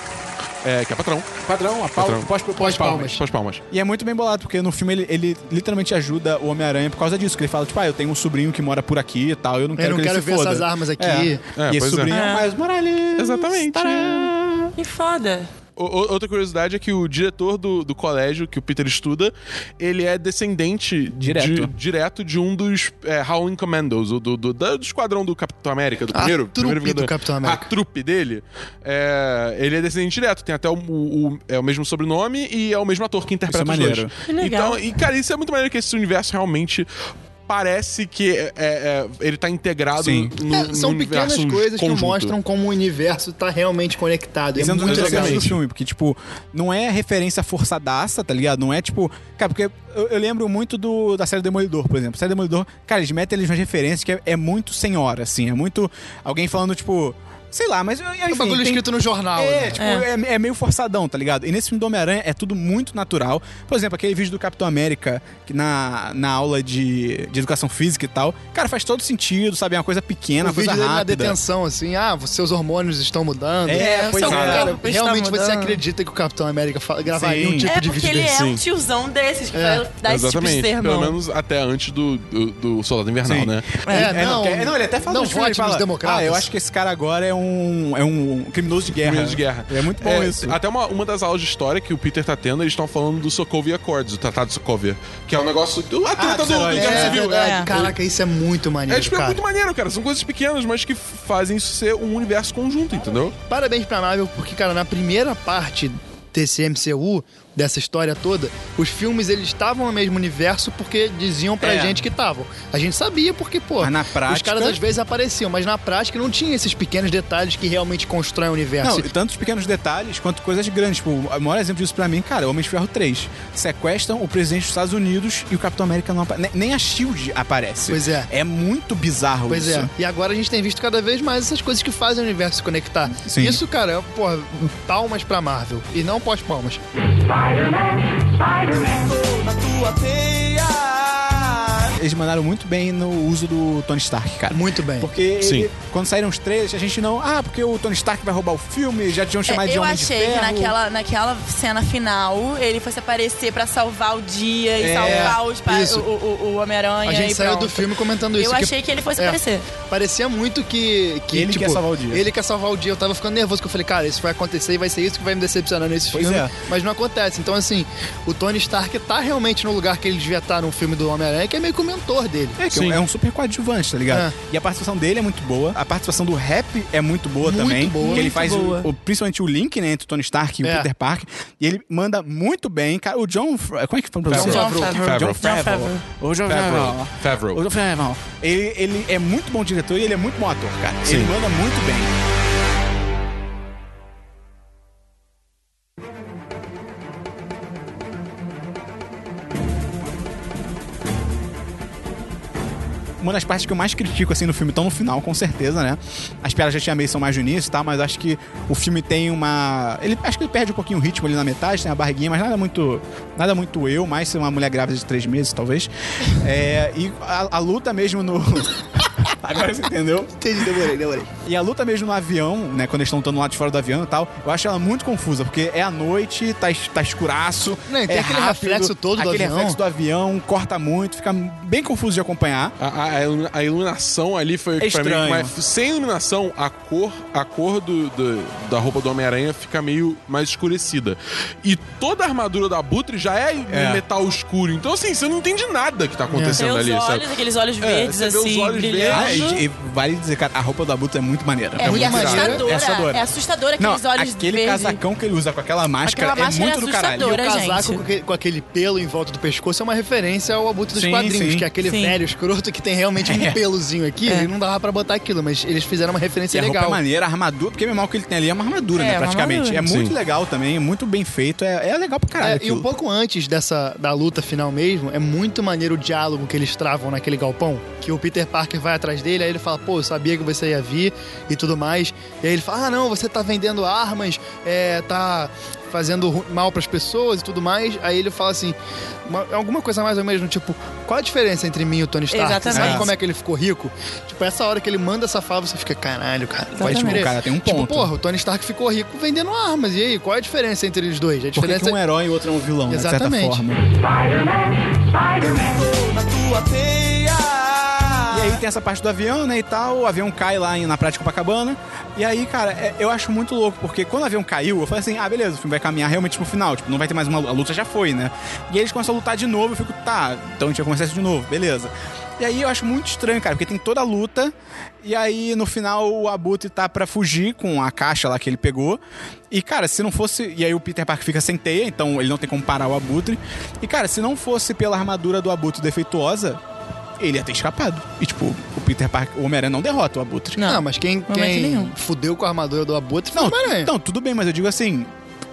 S6: É, que é patrão.
S4: Padrão, a pau,
S6: Padrão.
S4: pós- pós-
S5: Pós-palmas.
S6: Suas palmas.
S4: E é muito bem bolado, porque no filme ele, ele literalmente ajuda o Homem-Aranha por causa disso. Que ele fala, tipo, ah, eu tenho um sobrinho que mora por aqui e tal, eu não quero
S5: não
S4: que
S5: quero
S4: ele se
S5: ver
S4: foda.
S5: essas armas aqui.
S4: É.
S6: É,
S4: e
S6: pois
S4: esse
S6: é.
S4: sobrinho é o Miles Morales.
S6: Exatamente.
S4: Tcharam.
S7: Que foda.
S6: O- o- outra curiosidade é que o diretor do, do colégio que o Peter estuda, ele é descendente
S4: Direto.
S6: De, direto de um dos é, Howling Commandos, o do, do, da- do esquadrão do Capitão América, do
S5: A
S6: primeiro.
S5: trupe
S6: primeiro
S5: do
S6: Vingador.
S5: Capitão América.
S6: A trupe dele, é, ele é descendente direto, tem até o, o- o- é o mesmo sobrenome e é o mesmo ator que interpreta
S4: Isso é
S6: os dois.
S4: maneiro.
S7: Que legal.
S6: Então, e cara, isso é muito maneiro que esse universo realmente parece que é- é- é- ele tá integrado
S4: Sim.
S6: no,
S5: É, são
S6: no
S5: pequenas
S4: um
S6: universo
S5: coisas
S6: conjunto.
S5: que mostram como o universo tá realmente conectado.
S4: Esse
S5: é
S4: é um dos
S5: muito
S4: grandes
S5: legal.
S4: acertos do filme, porque, tipo, não é referência forçadaça, tá ligado? Não é tipo. Cara, porque eu, eu lembro muito do, da série Demolidor, por exemplo. A série Demolidor, cara, eles metem eles nas referências que é, é muito senhora, assim. É muito. Alguém falando, tipo. Sei lá, mas. Enfim,
S5: É um bagulho
S4: tem-
S5: escrito no jornal.
S4: É,
S5: né?
S4: tipo, é. é meio forçadão, tá ligado? E nesse filme do Homem-Aranha é tudo muito natural. Por exemplo, aquele vídeo do Capitão América que na, na aula de, de educação física e tal. Cara, faz todo sentido, sabe? É uma coisa pequena,
S5: O
S4: uma coisa
S5: vídeo dele na
S4: rápida.
S5: detenção, assim, ah, os seus hormônios estão mudando.
S4: É, pois
S7: seu
S4: é.
S7: corpo está
S5: Realmente você
S7: mudando.
S5: acredita que o Capitão América fa- gravaria
S4: Sim.
S5: um tipo
S7: É
S5: de
S7: porque
S5: vídeo
S7: ele
S5: desse?
S7: é um
S6: sim.
S7: tiozão desses que
S5: É,
S7: vai dar esse tipo de
S6: Exatamente. Pelo
S7: sermão.
S6: menos até antes do, do, do Soldado Invernal,
S4: Sim.
S6: né?
S5: É,
S4: É, não,
S5: não,
S4: quer- não, ele até fala
S5: não
S4: nos filmes, ele
S5: vote nos
S4: fala,
S5: democratas.
S4: Ah, eu acho que esse cara agora é um, é um criminoso de guerra.
S6: Primeiros de guerra.
S4: É muito bom
S6: É,
S4: isso.
S6: Até uma, uma das aulas de história que o Peter tá tendo, eles estão falando do Sokovia Accords, o Tratado de Sokovia, que é um negócio.
S4: Ah,
S6: O atleta do, do
S4: heróis.
S6: Guerra
S5: É,
S6: Civil.
S5: verdade.
S7: É.
S5: Caraca, isso é muito maneiro,
S6: É, tipo, é
S5: cara.
S6: muito maneiro, cara. São coisas pequenas, mas que fazem isso ser um universo conjunto, entendeu?
S5: Parabéns pra Marvel, porque, cara, na primeira parte desse MCU, dessa história toda, os filmes eles estavam no mesmo universo porque diziam pra
S4: É.
S5: gente que estavam. A gente sabia porque, pô,
S4: Mas na
S5: os
S4: prática-
S5: caras às vezes apareciam, mas na prática não tinha esses pequenos detalhes que realmente constroem o
S4: Não,
S5: universo.
S4: e tanto os pequenos detalhes quanto coisas grandes. Tipo, o maior exemplo disso pra mim, cara, é o Homem de Ferro 3. Sequestram o presidente dos Estados Unidos e o Capitão América não aparece. Nem a SHIELD aparece.
S5: Pois é.
S4: É muito bizarro
S5: Pois
S4: isso.
S5: é, e agora a gente tem visto cada vez mais essas coisas que fazem o universo se conectar.
S4: Sim.
S5: Isso, cara, é, porra, palmas pra Marvel. E não pós-palmas.
S4: Eles mandaram muito bem no uso do Tony Stark, cara. É.
S5: Muito bem.
S4: Porque ele-
S6: Sim.
S4: quando saíram os trailers, a gente não. Ah, porque o Tony Stark vai roubar o filme, já tinham chamado
S7: É,
S4: de
S7: eu
S4: Homem de
S7: achei
S4: Ferro.
S7: que naquela, naquela cena final ele fosse aparecer pra salvar o dia e
S4: É,
S7: salvar os pa-
S5: isso.
S7: o, o, o Homem-Aranha.
S5: A gente
S7: e
S5: saiu
S7: pronto.
S5: do filme comentando isso.
S7: Eu achei que ele fosse aparecer.
S5: Parecia muito que. que
S4: Ele
S5: tipo,
S4: quer salvar o dia.
S5: Ele quer salvar o dia. Eu tava ficando nervoso, que eu falei, cara, isso vai acontecer e vai ser isso que vai me decepcionar nesse
S4: Pois
S5: filme.
S4: é.
S5: Mas não acontece. Então, assim, o Tony Stark tá realmente no lugar que ele devia estar no filme do Homem-Aranha, que é meio que o mentor dele.
S4: É, que é um- é um super coadjuvante, tá ligado?
S5: É.
S4: E a participação dele é muito boa. A participação do rap é muito boa
S5: Muito
S4: também.
S5: boa.
S4: Que ele
S5: Muito
S4: faz o-
S7: boa.
S4: o- principalmente o link, né, entre o Tony Stark e
S5: É.
S4: o Peter Parker. E ele manda muito bem. Cara, o John. Fra- Como é que foi pra você?
S7: Favreau. John
S6: Favreau.
S4: John Favreau. O John Favreau.
S6: Favreau.
S4: O John Favreau. Ele, ele é muito bom diretor e ele é muito bom ator, cara. Ele manda muito bem. Uma das partes que eu mais critico, assim, no filme, estão no final, com certeza, né? As piadas já tinha meio são mais no início e tal, mas acho que o filme tem uma... Ele, acho que ele perde um pouquinho o ritmo ali na metade, tem a barriguinha, mas nada muito... Nada muito eu, mais ser uma mulher grávida de três meses, talvez. É, e a, a luta mesmo no... Agora você entendeu?
S5: Entendi, demorei, demorei.
S4: E a luta mesmo no avião, né? Quando eles estão lutando lá de fora do avião e tal, eu acho ela muito confusa, porque é à noite, tá, es- tá escuraço.
S5: Não, e tem
S4: é
S5: aquele
S4: rápido,
S5: reflexo todo do
S4: aquele
S5: avião.
S4: reflexo do avião, corta muito, fica bem confuso de acompanhar.
S6: A, a- a ilu- a iluminação ali foi o que
S4: É
S6: pra mim.
S4: estranho.
S6: Mas sem iluminação, a cor, a cor do, do- da roupa do Homem-Aranha fica meio mais escurecida. E toda a armadura da Butre já é, em
S4: É.
S6: metal escuro. Então, assim, você não entende nada que tá
S7: Tem
S6: acontecendo
S7: os
S6: ali,
S7: olhos,
S6: sabe?
S7: aqueles olhos
S6: É,
S7: verdes
S6: você vê os olhos
S7: assim,
S4: Ah,
S6: verdes.
S7: brilhando.
S4: e, e vale dizer, cara, a roupa da Buta é muito maneira.
S7: É,
S5: muito
S7: e é
S5: maneiro.
S7: assustadora.
S4: É assustadora.
S7: É assustadora
S4: Não,
S7: aqueles olhos
S4: aquele
S7: verdes.
S4: casacão que ele usa com aquela máscara,
S7: Aquela máscara
S4: é
S7: é
S4: muito do caralho.
S7: assustadora.
S5: O casaco
S7: gente.
S5: com aquele, com aquele pelo em volta do pescoço é uma referência ao abutre dos
S4: Sim,
S5: quadrinhos,
S4: sim. É.
S5: que é aquele
S7: Sim. É.
S5: velho escroto que tem realmente um pelozinho aqui, e não dava pra botar aquilo, mas eles fizeram uma
S4: E
S5: referência
S4: a roupa é
S5: legal.
S4: maneira, a armadura, porque mesmo o que ele tem ali é uma armadura,
S7: É,
S4: né?
S7: uma
S4: Praticamente.
S7: armadura.
S4: É muito
S6: Sim.
S4: legal também, é muito bem feito. É, é legal pra caralho.
S5: É, e um
S4: aquilo.
S5: pouco antes dessa da luta final mesmo, é muito maneiro o diálogo que eles travam naquele galpão. Que o Peter Parker vai atrás dele, aí ele fala, pô, eu sabia que você ia vir e tudo mais. E aí ele fala, ah, não, você tá vendendo armas, é, tá fazendo ru- mal pras pessoas e tudo mais. Aí ele fala assim, uma- alguma coisa mais ou menos, tipo, qual a diferença entre mim e o Tony Stark?
S7: Exatamente.
S5: Sabe
S4: É.
S5: como é que ele ficou rico? Tipo, essa hora que ele manda essa fala, você fica, caralho, cara, pode
S4: Exatamente.
S5: crer.
S4: O cara tem um
S5: Tipo,
S4: ponto.
S5: porra, o Tony Stark ficou rico vendendo armas. E aí, qual a diferença entre eles dois? A
S7: né,
S4: Por que
S5: diferença
S4: que um herói e outro é um vilão, né, de certa
S5: Exatamente.
S4: forma. E aí tem essa parte do avião, né, e tal, o avião cai lá em- na prática Copacabana. E aí, cara, é- eu acho muito louco, porque quando o avião caiu, eu falei assim, ah, beleza, o filme vai caminhar realmente pro final, tipo, não vai ter mais uma luta, a luta já foi, né? E aí eles começam a lutar de novo, eu fico, tá, então a gente vai começar isso de novo, beleza. E aí eu acho muito estranho, cara, porque tem toda a luta, e aí no final o Abutre tá pra fugir com a caixa lá que ele pegou. E, cara, se não fosse. E aí o Peter Parker fica sem teia, então ele não tem como parar o Abutre. E, cara, se não fosse pela armadura do Abutre defeituosa, ele ia ter escapado. E, tipo, o Peter Parker, o Homem-Aranha não derrota o Abutre.
S5: Não, mas quem,
S7: momento
S5: quem
S7: nenhum.
S5: fudeu com a armadura do Abutre foi
S4: Não, então,
S5: o Homem-Aranha.
S4: não, tudo bem, mas eu digo assim.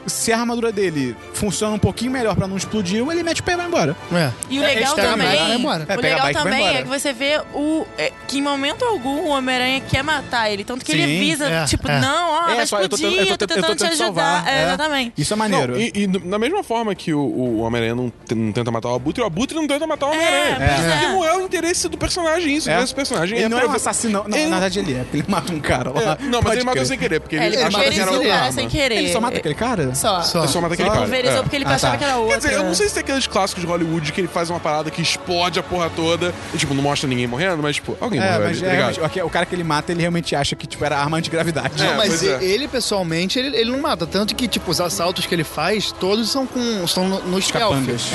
S4: se a armadura dele funciona um pouquinho melhor pra não explodir, ele mete o pé e vai embora.
S5: É.
S7: E o
S5: É,
S7: legal
S5: eles pegam a
S7: também.
S5: bike e vai embora.
S4: É,
S7: o
S4: pega a
S7: legal
S4: bike e vai
S7: também
S4: embora.
S7: é que você vê o, é, que em momento algum o Homem-Aranha quer matar ele. Tanto que
S4: Sim,
S7: ele avisa,
S5: é,
S7: tipo,
S5: é.
S7: não, ó, vai
S4: só,
S7: explodir, eu tô, tentando te ajudar. É, Exatamente.
S4: Isso é maneiro.
S6: Não, e, e da mesma forma que o, o Homem-Aranha não, te- não tenta matar o Abutre, o Abutre não tenta matar o Homem-Aranha.
S7: pois é.
S6: Porque não é o interesse do personagem isso.
S4: É.
S6: Esse personagem
S4: Ele não é um
S6: pra-
S4: assassino. Não,
S6: Ele-
S4: na verdade ele é, porque ele mata um cara
S6: É,
S4: lá.
S6: Não, mas
S4: Pode
S6: ele mata
S4: crer.
S6: sem querer, porque
S7: É,
S6: ele,
S7: ele
S6: achava que
S7: pulverizou
S6: era
S5: pulverizou
S7: o
S6: outra
S7: cara
S6: arma.
S7: sem querer.
S4: Ele só mata aquele cara?
S7: Só.
S5: é- Só.
S6: Ele só mata aquele cara.
S7: Pulverizou
S6: É.
S7: porque ele
S4: Ah,
S7: achava
S4: tá.
S7: que era outra.
S6: Quer dizer, eu não sei se tem aqueles clássicos de Hollywood que ele faz uma parada que explode a porra toda e, tipo, não mostra ninguém morrendo, mas, tipo, alguém
S4: É,
S6: morreu ali,
S4: mas é,
S6: tá ligado?
S4: mas o que- o cara que ele mata, ele realmente acha que tipo, era arma antigravidade.
S6: É,
S5: Não, mas
S6: pois é.
S5: ele, pessoalmente, ele, ele não mata. Tanto que, tipo, os assaltos que ele faz, todos são com. são no, no stealth.
S4: Capangas.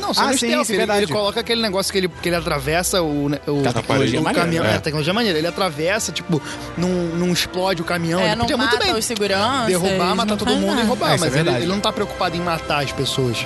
S5: Não, são
S4: Ah,
S5: no
S4: sim,
S5: stealth.
S4: sim,
S5: Ele,
S4: verdade.
S5: ele coloca aquele negócio que ele, que ele atravessa o, né, o,
S4: a tecnologia
S5: o
S4: é maneira,
S5: caminhão.
S4: né?
S5: É, a tecnologia é maneira. Ele atravessa, tipo, não, não explode o caminhão.
S7: É,
S5: ele
S7: não
S5: podia muito
S7: mata
S5: bem
S7: os seguranças.
S5: derrubar, matar
S7: não
S5: todo
S7: faz
S5: mundo e
S7: nada.
S5: roubar.
S4: É, isso é
S5: mas ele,
S4: verdade.
S5: ele não tá preocupado em matar as pessoas.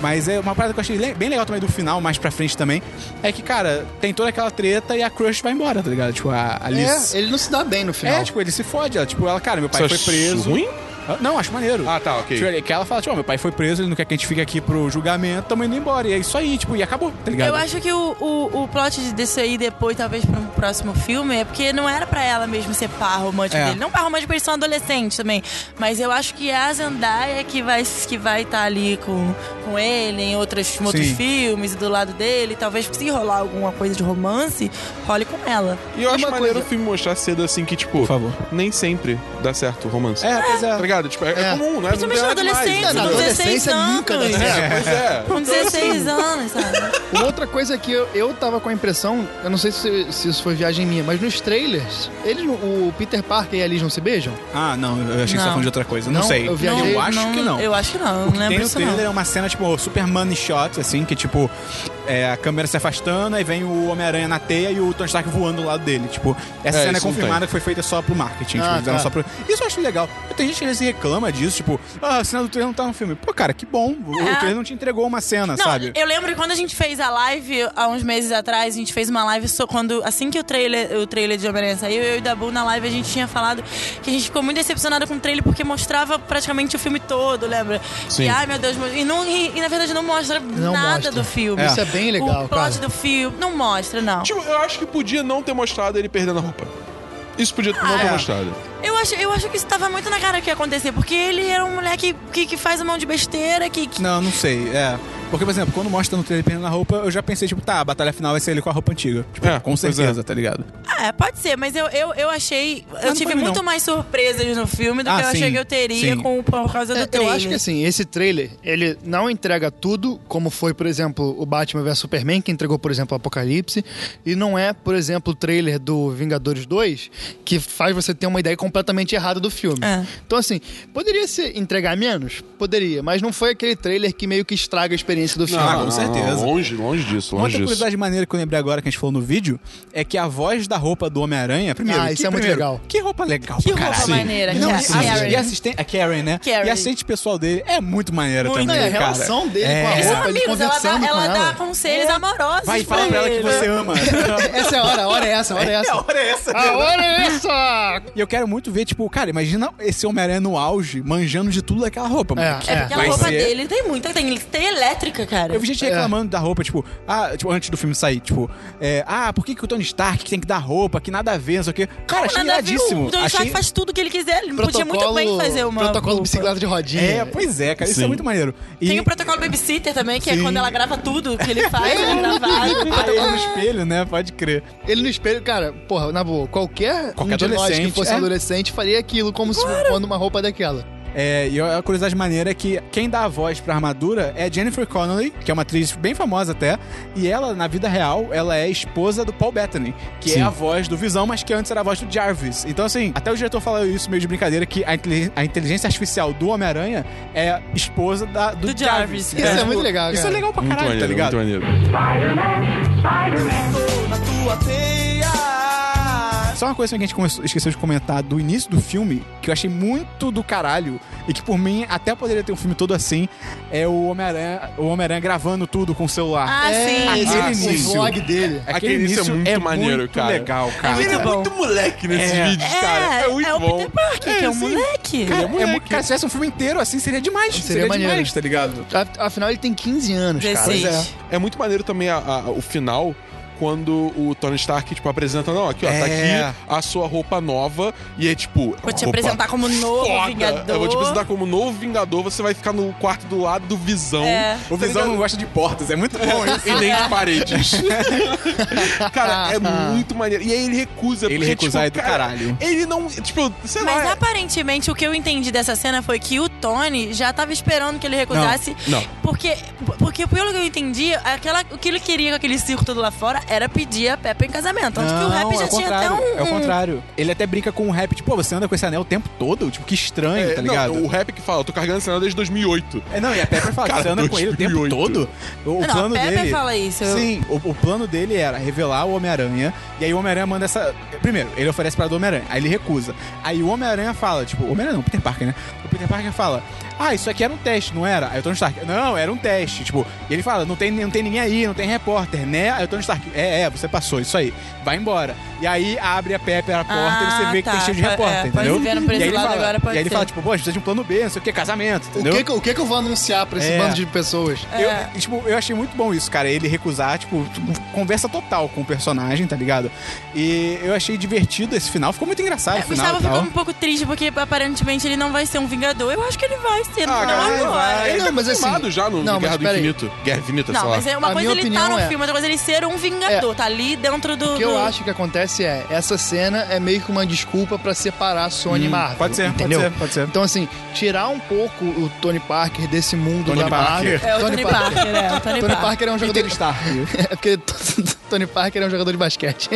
S4: Mas é uma parada que eu achei le- bem legal também do final, mais pra frente também, é que, cara, tem toda aquela treta e a Crush vai embora, tá ligado? Tipo, a Alice.
S5: É, ele não se dá bem no
S4: É,
S5: final.
S4: tipo, ele se fode. Ela, tipo, ela, cara, meu pai
S6: Você
S4: foi
S6: acha
S4: preso.
S6: é ruim?
S4: Ah, Não, acho maneiro.
S6: Ah, tá, ok.
S4: Tipo, ele- que ela fala, tipo, ó, meu pai foi preso, ele não quer que a gente fique aqui pro julgamento, tamo indo embora. E é isso aí, tipo, e acabou, tá ligado?
S7: Eu acho que o, o, o plot desse aí depois, talvez pra um próximo filme, é porque não era pra ela mesmo ser par romântico
S4: É.
S7: dele. Não par romântico, porque eles são adolescentes também. Mas eu acho que é a Zendaya que vai estar que vai tá ali com, com ele em outros, em outros
S4: Sim.
S7: filmes e do lado dele. Talvez se rolar alguma coisa de romance, role com ela.
S6: E eu acho
S5: Uma
S6: maneiro
S5: coisa-
S6: o filme mostrar cedo assim que, tipo,
S4: Por favor.
S6: nem sempre dá certo o romance.
S4: É, pois
S6: Tá
S4: é.
S6: ligado? Tipo, é, é comum,
S5: É.
S6: né? Não tem
S7: Principalmente na
S6: nada demais,
S5: Na
S7: adolescência, com
S6: entendeu?
S7: 16
S5: adolescência
S7: anos.
S5: nunca dá certo.
S6: É, pois é.
S7: Com 16 anos, sabe?
S5: Uma outra coisa que eu, eu tava com a impressão, eu não sei se, se isso foi viagem minha, mas nos trailers, eles, não- o Peter Parker e a Alice não se beijam?
S4: Ah, não, eu achei que você
S7: Não.
S4: tava falando de outra coisa. Não,
S5: Não,
S4: sei.
S5: eu viajei.
S4: Eu acho que não.
S7: Eu acho que não,
S4: O que
S7: não
S4: tem
S7: lembro
S4: no
S7: isso não.
S4: trailer é uma cena, tipo, super money shot, assim, que, tipo, é, a câmera se afastando, aí vem o Homem-Aranha na teia e o Tony Stark voando do lado dele. Tipo, essa
S6: É,
S4: cena é
S6: isso não
S4: confirmada que foi feita só pro marketing.
S5: Ah,
S4: tipo, fizeram
S5: tá.
S4: só pro... Isso eu acho legal. Tem gente que eles reclama disso, tipo, ah, a cena do trailer não tá no filme. Pô, cara, que bom. O
S7: É.
S4: trailer não te entregou uma cena,
S7: Não,
S4: sabe?
S7: eu lembro que quando a gente fez a live há uns meses atrás, a gente fez uma live só quando assim que o trailer, o trailer de Homem-Aranha saiu, eu e o Dabu na live a gente tinha falado que a gente ficou muito decepcionada com o trailer porque mostrava praticamente o filme todo, lembra?
S6: Sim.
S7: Que ai meu Deus, e, não, e, e, na verdade não mostra nada
S5: mostra.
S7: do filme.
S5: Isso é bem legal,
S7: O plot
S5: cara.
S7: do filme não mostra, não.
S6: Tipo, eu acho que podia não ter mostrado ele perdendo a roupa. Isso podia não ter
S4: é.
S6: mostrado.
S7: Eu acho, eu acho que isso tava muito na cara que ia acontecer, porque ele era um moleque que, que faz a mão de besteira, que, que
S4: Não, não sei. É. Porque, por exemplo, quando mostra no trailer perdendo a roupa, eu já pensei, tipo, tá, a batalha final vai ser ele com a roupa antiga. Tipo,
S6: É,
S4: com
S6: pois é.
S4: certeza, tá ligado?
S7: Ah, pode ser, mas eu, eu, eu achei. Eu
S4: não
S7: tive
S4: pra mim,
S7: muito
S4: não.
S7: mais surpresas no filme do
S4: Ah,
S7: que eu achei
S4: sim,
S7: que eu teria
S4: sim.
S7: com, por causa do
S5: É,
S7: trailer.
S5: Eu acho que assim, esse trailer, ele não entrega tudo, como foi, por exemplo, o Batman vs Superman, que entregou, por exemplo, o Apocalipse, e não é, por exemplo, o trailer do Vingadores 2, que faz você ter uma ideia completamente errada do filme.
S7: É.
S5: Então, assim, poderia se entregar menos? Poderia, mas não foi aquele trailer que meio que estraga a experiência do filme.
S4: Ah, com certeza.
S6: Longe, longe disso,
S4: Uma
S6: longe
S4: outra
S6: disso.
S4: curiosidade maneira que eu lembrei agora que a gente falou no vídeo é que a voz da roupa do Homem-Aranha, primeiro.
S5: Ah,
S4: que-
S5: isso é muito
S4: primeiro,
S5: legal.
S4: Que roupa legal,
S7: Que
S4: pra
S7: roupa
S4: caralho.
S7: maneira,
S4: Não,
S7: cara.
S4: e a-
S7: Karen.
S4: E a assistente. A Karen, né?
S7: Karen.
S4: E a assistente pessoal dele é muito maneira
S7: Muito.
S4: também.
S5: É, a
S4: cara.
S5: relação dele
S4: É.
S5: com a
S7: Eles são
S5: roupa, ele
S7: amigos, ela
S5: conversando
S7: dá, ela
S5: com
S7: dá
S5: ela.
S7: conselhos amorosos.
S4: Vai, fala pra ela que
S7: ele.
S4: você ama.
S5: Essa é a hora, a hora é essa, a hora é
S4: Que
S5: essa.
S4: hora é essa,
S5: A hora é essa!
S4: E eu quero muito ver, tipo, cara, imagina esse Homem-Aranha no auge, manjando de tudo daquela roupa, mano.
S7: É porque a
S4: Vai
S7: roupa
S4: ser-
S7: dele tem muita. Tem, tem elétrica, cara.
S4: Eu vi
S5: É.
S4: gente reclamando da roupa, tipo, ah, tipo, antes do filme sair, tipo, é, ah, por que, que o Tony Stark tem que dar roupa, que nada a ver, não sei o quê. Cara, achei
S7: Nada a ver,
S4: iradíssimo.
S7: O Tony Stark
S4: achei...
S7: faz tudo que ele quiser. Ele podia muito bem fazer uma.
S5: Protocolo
S7: roupa.
S5: bicicleta de rodinha.
S4: É, pois é, cara, isso é muito maneiro. E
S7: Tem o protocolo babysitter também, que é
S4: Sim.
S7: quando ela grava tudo que ele faz, é gravado.
S4: Bota a mão no espelho, né? Pode crer.
S5: Ele no espelho, cara, porra, na boa, qualquer,
S4: Qualquer
S5: um de nós que
S4: adolescente,
S5: fosse
S4: é.
S5: adolescente faria aquilo como se fosse uma roupa daquela.
S4: É, e a curiosidade maneira é que quem dá a voz pra armadura é Jennifer Connelly, que é uma atriz bem famosa até, e ela, na vida real, ela é esposa do Paul Bettany, que é a voz do Visão, mas que antes era a voz do Jarvis. Então, assim, até o diretor falou isso meio de brincadeira, que a, inteli- a inteligência artificial do Homem-Aranha é esposa da- do,
S7: Do
S4: Jarvis.
S7: Jarvis.
S4: Então,
S5: Isso é muito legal,
S4: Isso é
S5: cara.
S4: legal pra
S6: Muito
S4: caralho,
S6: maneiro,
S4: tá ligado?
S6: muito maneiro.
S3: na tua teia.
S4: Só uma coisa que a gente começou- esqueceu de comentar do início do filme, que eu achei muito do caralho, e que por mim até poderia ter um filme todo assim, é o Homem-Aranha o Homem gravando tudo com o celular.
S7: Ah, sim.
S5: ele-
S4: Ah, sim.
S5: o vlog dele.
S6: Aquele início é muito maneiro, cara.
S4: legal, cara.
S6: Ele é muito moleque nesses vídeos, cara. É muito
S7: é o
S6: bom.
S7: Peter Parker, que é um
S6: sim.
S7: moleque.
S6: Ele
S4: Cara,
S6: é
S4: é
S6: moleque.
S4: muito- cara, se tivesse um filme inteiro assim, seria demais. Seria,
S5: maneiro.
S4: demais, tá ligado?
S5: A- Afinal, ele tem 15 anos, cara.
S7: Dezesseis.
S6: É muito maneiro também a- a- o final. Quando o Tony Stark, tipo, apresenta, não, aqui, ó, tá
S4: É.
S6: aqui a sua roupa nova. E é tipo.
S7: Vou te
S6: roupa
S7: apresentar como novo
S6: foda.
S7: vingador.
S6: Eu vou te apresentar como novo Vingador, você vai ficar no quarto do lado do Visão.
S7: É.
S4: O Visão não gosta de portas, é muito bom isso.
S6: E nem de paredes. cara, é muito maneiro. E aí ele recusa.
S4: Ele
S6: porque,
S4: recusar
S6: tipo,
S4: é do
S6: cara,
S4: caralho.
S6: Ele não, tipo, sei lá.
S7: Mas
S6: é-
S7: aparentemente o que eu entendi dessa cena foi que o Tony já tava esperando que ele recusasse.
S6: Não, não.
S7: Porque, porque pelo que eu entendi, aquela, o que ele queria com aquele circo todo lá fora era pedir a Peppa em casamento. Tanto que o rap já
S4: é o
S7: tinha até
S4: contrário.
S7: um.
S4: É o
S7: um-
S4: contrário. Ele até brinca com o rap, tipo, pô, você anda com esse anel o tempo todo? Tipo, que estranho,
S6: é,
S4: tá
S6: não,
S4: ligado?
S6: o rap que fala, eu tô carregando esse sinal desde 2008.
S4: É, não, e a Pepper fala,
S6: Cara,
S4: você anda com ele o tempo
S6: 2008.
S4: todo? O, o
S7: Não, a
S4: plano
S7: Pepper
S4: dele.
S7: fala isso, eu-
S4: Sim, o, o plano dele era revelar o Homem-Aranha. E aí o Homem-Aranha manda essa. Primeiro, ele oferece para do Homem-Aranha. Aí ele recusa. Aí o Homem-Aranha fala, tipo, o Homem-Aranha não, o Peter Parker, né? O Peter Parker fala: Ah, isso aqui era um teste, não era? Aí o Tony Stark, não, era um teste. Tipo, e ele fala: não tem, não tem ninguém aí, não tem repórter, né? Aí o Tony Stark, é, é, você passou, isso aí, vai embora. E aí abre a Pepper a porta e você
S7: Ah,
S4: vê que
S7: tá,
S4: tem cheio de
S7: pode-
S4: repórter,
S7: é, pode
S4: entendeu?
S7: ver, não, por
S4: e aí
S7: esse
S4: ele
S7: lado
S4: fala,
S7: agora pode
S4: e aí ele
S7: ser.
S4: fala, tipo, pô, a gente precisa de um plano B, não sei o que, casamento,
S5: O
S4: entendeu?
S5: que, que- o que que eu vou anunciar pra esse
S4: É.
S5: bando de pessoas?
S4: Eu,
S7: É.
S4: e, tipo, eu achei muito bom isso, cara. Ele recusar, tipo, tipo, conversa total com o personagem, tá ligado? E eu achei divertido esse final. Ficou muito engraçado
S7: É,
S4: o
S7: o
S4: final
S7: Gustavo
S4: e tal.
S7: ficou um pouco triste porque aparentemente ele não vai ser um vingador. Eu acho que ele vai ser no
S6: Ah,
S7: final
S6: cara, ele
S7: agora.
S6: Ele
S5: Não,
S6: tá
S5: mas assim-
S6: confirmado já no, no
S5: não, mas
S6: Guerra do
S5: peraí.
S6: Infinito. Guerra Infinita,
S7: Não,
S6: sei lá.
S7: mas é uma
S5: A
S7: coisa
S5: minha
S7: ele tá no
S5: opinião é-
S7: filme, outra coisa ele ser um vingador. Tá ali dentro do.
S5: O que eu
S7: do-
S5: acho que acontece é, essa cena é meio que uma desculpa pra separar Sony e Marvel.
S4: Hum, pode ser, pode
S5: entendeu?
S4: ser, pode ser.
S5: Então, assim, tirar um pouco o Tony Parker desse mundo
S4: Tony
S5: da
S4: Parker.
S5: Marvel.
S7: É o Tony, Parker, é. O
S5: Tony
S7: Tony, Parker.
S5: Parker é um jogador
S4: Peter
S5: de...
S4: Stark.
S5: É porque Tony Parker é um jogador de basquete.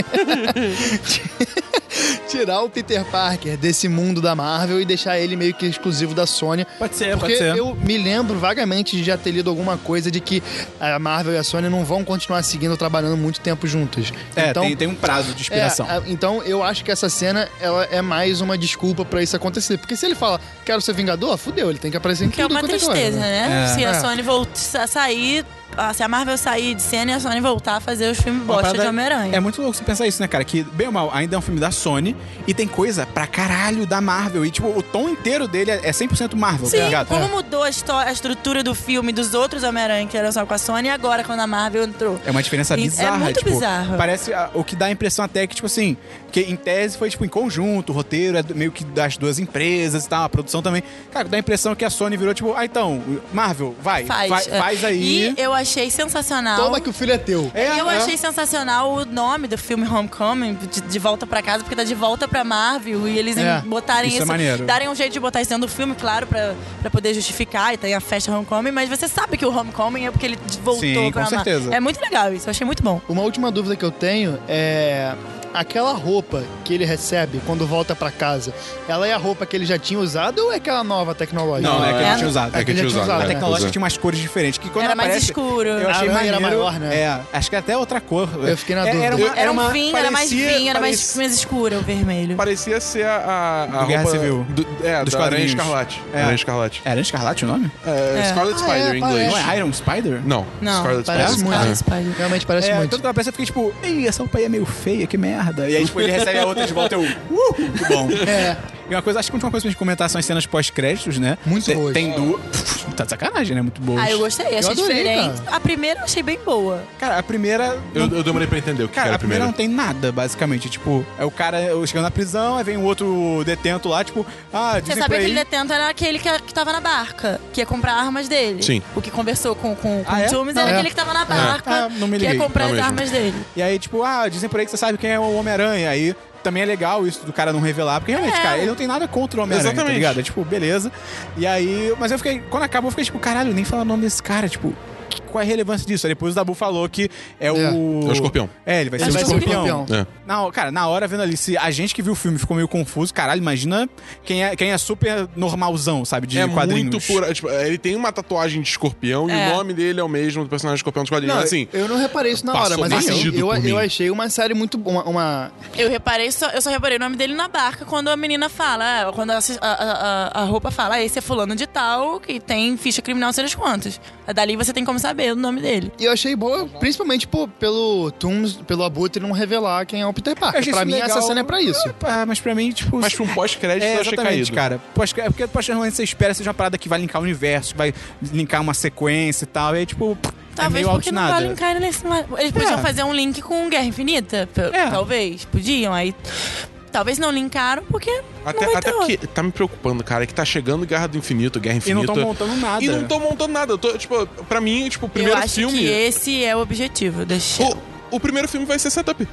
S5: tirar o Peter Parker desse mundo da Marvel e deixar ele meio que exclusivo da Sony.
S4: Pode ser,
S5: Porque eu me lembro vagamente de já ter lido alguma coisa de que a Marvel e a Sony não vão continuar seguindo trabalhando muito tempo juntas.
S4: É,
S5: então,
S4: tem, tem um prazo de
S5: é,
S4: inspiração.
S5: a- então eu acho que essa cena ela é mais uma desculpa pra isso acontecer. Porque se ele fala, quero ser Vingador, fudeu, ele tem que aparecer em
S7: Que é
S5: tudo
S7: uma
S5: quanto é
S7: tristeza,
S5: coisa.
S7: né? Se
S5: É.
S7: a Sony voltar, sair. ah, Se a Marvel sair de cena e a Sony voltar a fazer os filmes
S4: Uma
S7: bosta
S4: parada-
S7: de Homem-Aranha.
S4: É muito louco você pensar isso, né, cara? Que, bem ou mal, ainda é um filme da Sony e tem coisa pra caralho da Marvel. E, tipo, o tom inteiro dele é é 100% Marvel, tá
S7: Sim,
S4: ligado?
S7: como mudou a, histó- a estrutura do filme dos outros Homem-Aranha que eram só com a Sony e agora quando a Marvel entrou.
S4: É uma diferença
S7: É
S4: bizarra.
S7: muito
S4: tipo,
S7: bizarro.
S4: Parece ah, o que dá a impressão até que, tipo assim, que em tese foi tipo em conjunto, o roteiro é do- meio que das duas empresas e tal, a produção também. Cara, dá a impressão que a Sony virou, tipo, ah, então, Marvel, vai,
S7: Faz.
S4: faz, vai,
S7: é.
S4: faz aí.
S7: E eu achei sensacional.
S5: Toma que o filho é teu.
S4: É,
S7: eu
S4: é.
S7: achei sensacional o nome do filme Homecoming, de, de volta pra casa, porque tá de volta pra Marvel e eles
S5: É,
S7: botarem
S4: isso
S7: isso,
S4: é maneiro.
S7: darem um jeito de botar isso dentro do filme, claro, pra, pra poder justificar e tem a festa Homecoming, mas você sabe que o Homecoming é porque ele voltou
S4: Sim, com
S7: pra Marvel.
S4: certeza.
S7: É muito legal isso, eu achei muito bom.
S5: Uma última dúvida que eu tenho é. Aquela roupa que ele recebe quando volta pra casa, ela é a roupa que ele já tinha usado ou é aquela nova tecnológica?
S4: Não, não é que
S7: É.
S4: eu tinha usado.
S6: É que eu tinha usado.
S4: A
S5: né?
S4: tecnológica tinha umas cores diferentes. Que quando
S7: Era mais
S4: aparece,
S7: escuro.
S4: Eu achei
S5: Ah, não, era
S4: maneiro.
S5: maior, né?
S4: É, acho que até outra cor.
S5: Eu fiquei na
S4: É,
S5: dúvida.
S4: Era, uma,
S7: Era, um
S4: uma-
S7: vinho, era mais
S4: parecia-
S7: vinho, era mais,
S4: parecia-
S7: mais escuro o vermelho.
S6: Parecia ser a, a, a
S4: Do Guerra
S6: roupa
S4: Civil.
S6: do- é,
S4: Dos
S6: da Aranha
S4: quadrinhos.
S6: Escarlate.
S4: É.
S6: Aranha Escarlate.
S4: Era Escarlate o nome?
S6: É, Scarlet
S5: Ah, é,
S6: Spider em inglês.
S5: parece.
S4: Não é Iron Spider?
S6: Não,
S7: Não,
S6: Scarlet
S5: Parece
S6: Spider.
S5: muito.
S6: É.
S7: Spider.
S5: Realmente parece
S4: É,
S5: muito.
S4: tanto que eu pensei, eu fiquei tipo, ei, essa roupa aí é meio feia, que merda. E aí, tipo, ele recebe a outra de volta, eu, uh, que bom.
S5: É.
S4: E uma coisa, acho que a última coisa pra gente comentar são as cenas pós-créditos, né?
S5: Muito
S4: Tem-
S5: boas.
S4: Tem duas. Tá de sacanagem, né? Muito boas.
S7: Ah, eu gostei, achei
S5: adorei,
S7: diferente. A primeira eu achei bem boa.
S4: Cara, a primeira.
S6: Eu,
S4: não-
S6: eu demorei pra entender o que
S4: Cara,
S6: era
S4: a primeira
S6: primeiro.
S4: não tem nada, basicamente. Tipo, é o cara chegando na prisão, aí vem o outro detento lá, tipo, ah,
S7: Você
S4: dizem pra
S7: sabia que ele
S4: ele.
S7: detento era aquele que, que tava na barca, que ia comprar armas dele.
S6: Sim.
S7: O que conversou com, com, com
S4: Ah, é?
S7: o Toomes era
S5: Ah, é.
S7: aquele que tava na barca,
S4: Ah, não me
S7: que ia
S4: liguei.
S7: comprar
S6: Não
S7: as
S6: mesmo.
S7: armas dele.
S4: E aí, tipo, ah, dizem por aí que você sabe quem é o Homem-Aranha. Aí também é legal isso do cara não revelar, porque realmente,
S7: É.
S4: cara, ele não tem nada contra o Homem-Aranha, tá
S6: Exatamente.
S4: ligado? É tipo, beleza. E aí, mas eu fiquei, quando acabou, eu fiquei tipo, caralho, nem falar o nome desse cara, tipo, que qual é a relevância disso? Aí depois o Dabu falou que é o.
S5: É.
S6: É o escorpião.
S4: É, ele vai ser
S5: Ele
S4: o
S5: vai ser um o
S4: escorpião.
S5: escorpião.
S6: É.
S4: Na, ho- cara, na hora vendo ali, se a gente que viu o filme ficou meio confuso, caralho, imagina quem é, quem é super normalzão, sabe? De
S6: É
S4: quadrinhos.
S6: muito pura. Tipo, ele tem uma tatuagem de escorpião e
S7: É.
S6: o nome dele é o mesmo do personagem escorpião dos quadrinhos.
S5: Não,
S6: assim,
S5: eu não reparei isso na hora,
S6: passou
S5: mas assim,
S6: batido
S5: eu,
S6: por
S5: eu
S6: mim.
S5: achei uma série muito boa. Uma,
S7: Eu reparei só, eu só reparei o nome dele na barca quando a menina fala, ah, quando a, a- a- a roupa fala, ah, esse é fulano de tal, que tem ficha criminal, sei lá de quantos. Dali você tem como saber o nome dele.
S5: E eu achei boa, principalmente pô, pelo Tooms, pelo Abutre não revelar quem é o Peter
S4: Eu
S5: Parker.
S4: achei
S5: Pra
S4: isso
S5: mim,
S4: legal.
S5: essa cena é pra isso.
S4: Ah, mas pra mim, tipo.
S6: mas pra um pós-crédito
S4: É,
S6: eu achei caído.
S4: exatamente, cara. Pós, é porque pós realmente você espera seja uma parada que vai linkar o universo, que vai linkar uma sequência e tal. E aí, tipo, é
S7: Talvez
S4: meio alto
S7: porque
S4: de
S7: não
S4: nada.
S7: vai linkar nesse. Eles podiam fazer um link com Guerra Infinita? p-
S4: É.
S7: Talvez. Podiam. Aí. Talvez não linkaram, porque.
S6: Até,
S7: não vai
S6: até
S7: ter
S6: porque tá me preocupando, cara, que tá chegando Guerra do Infinito, Guerra
S4: E não
S6: Infinita.
S4: tão montando nada.
S6: E não tô montando nada. Eu tô, tipo, pra mim, tipo, o
S7: Eu
S6: primeiro
S7: acho
S6: filme.
S7: que esse é o objetivo da Shell.
S6: o, o primeiro filme vai ser setup.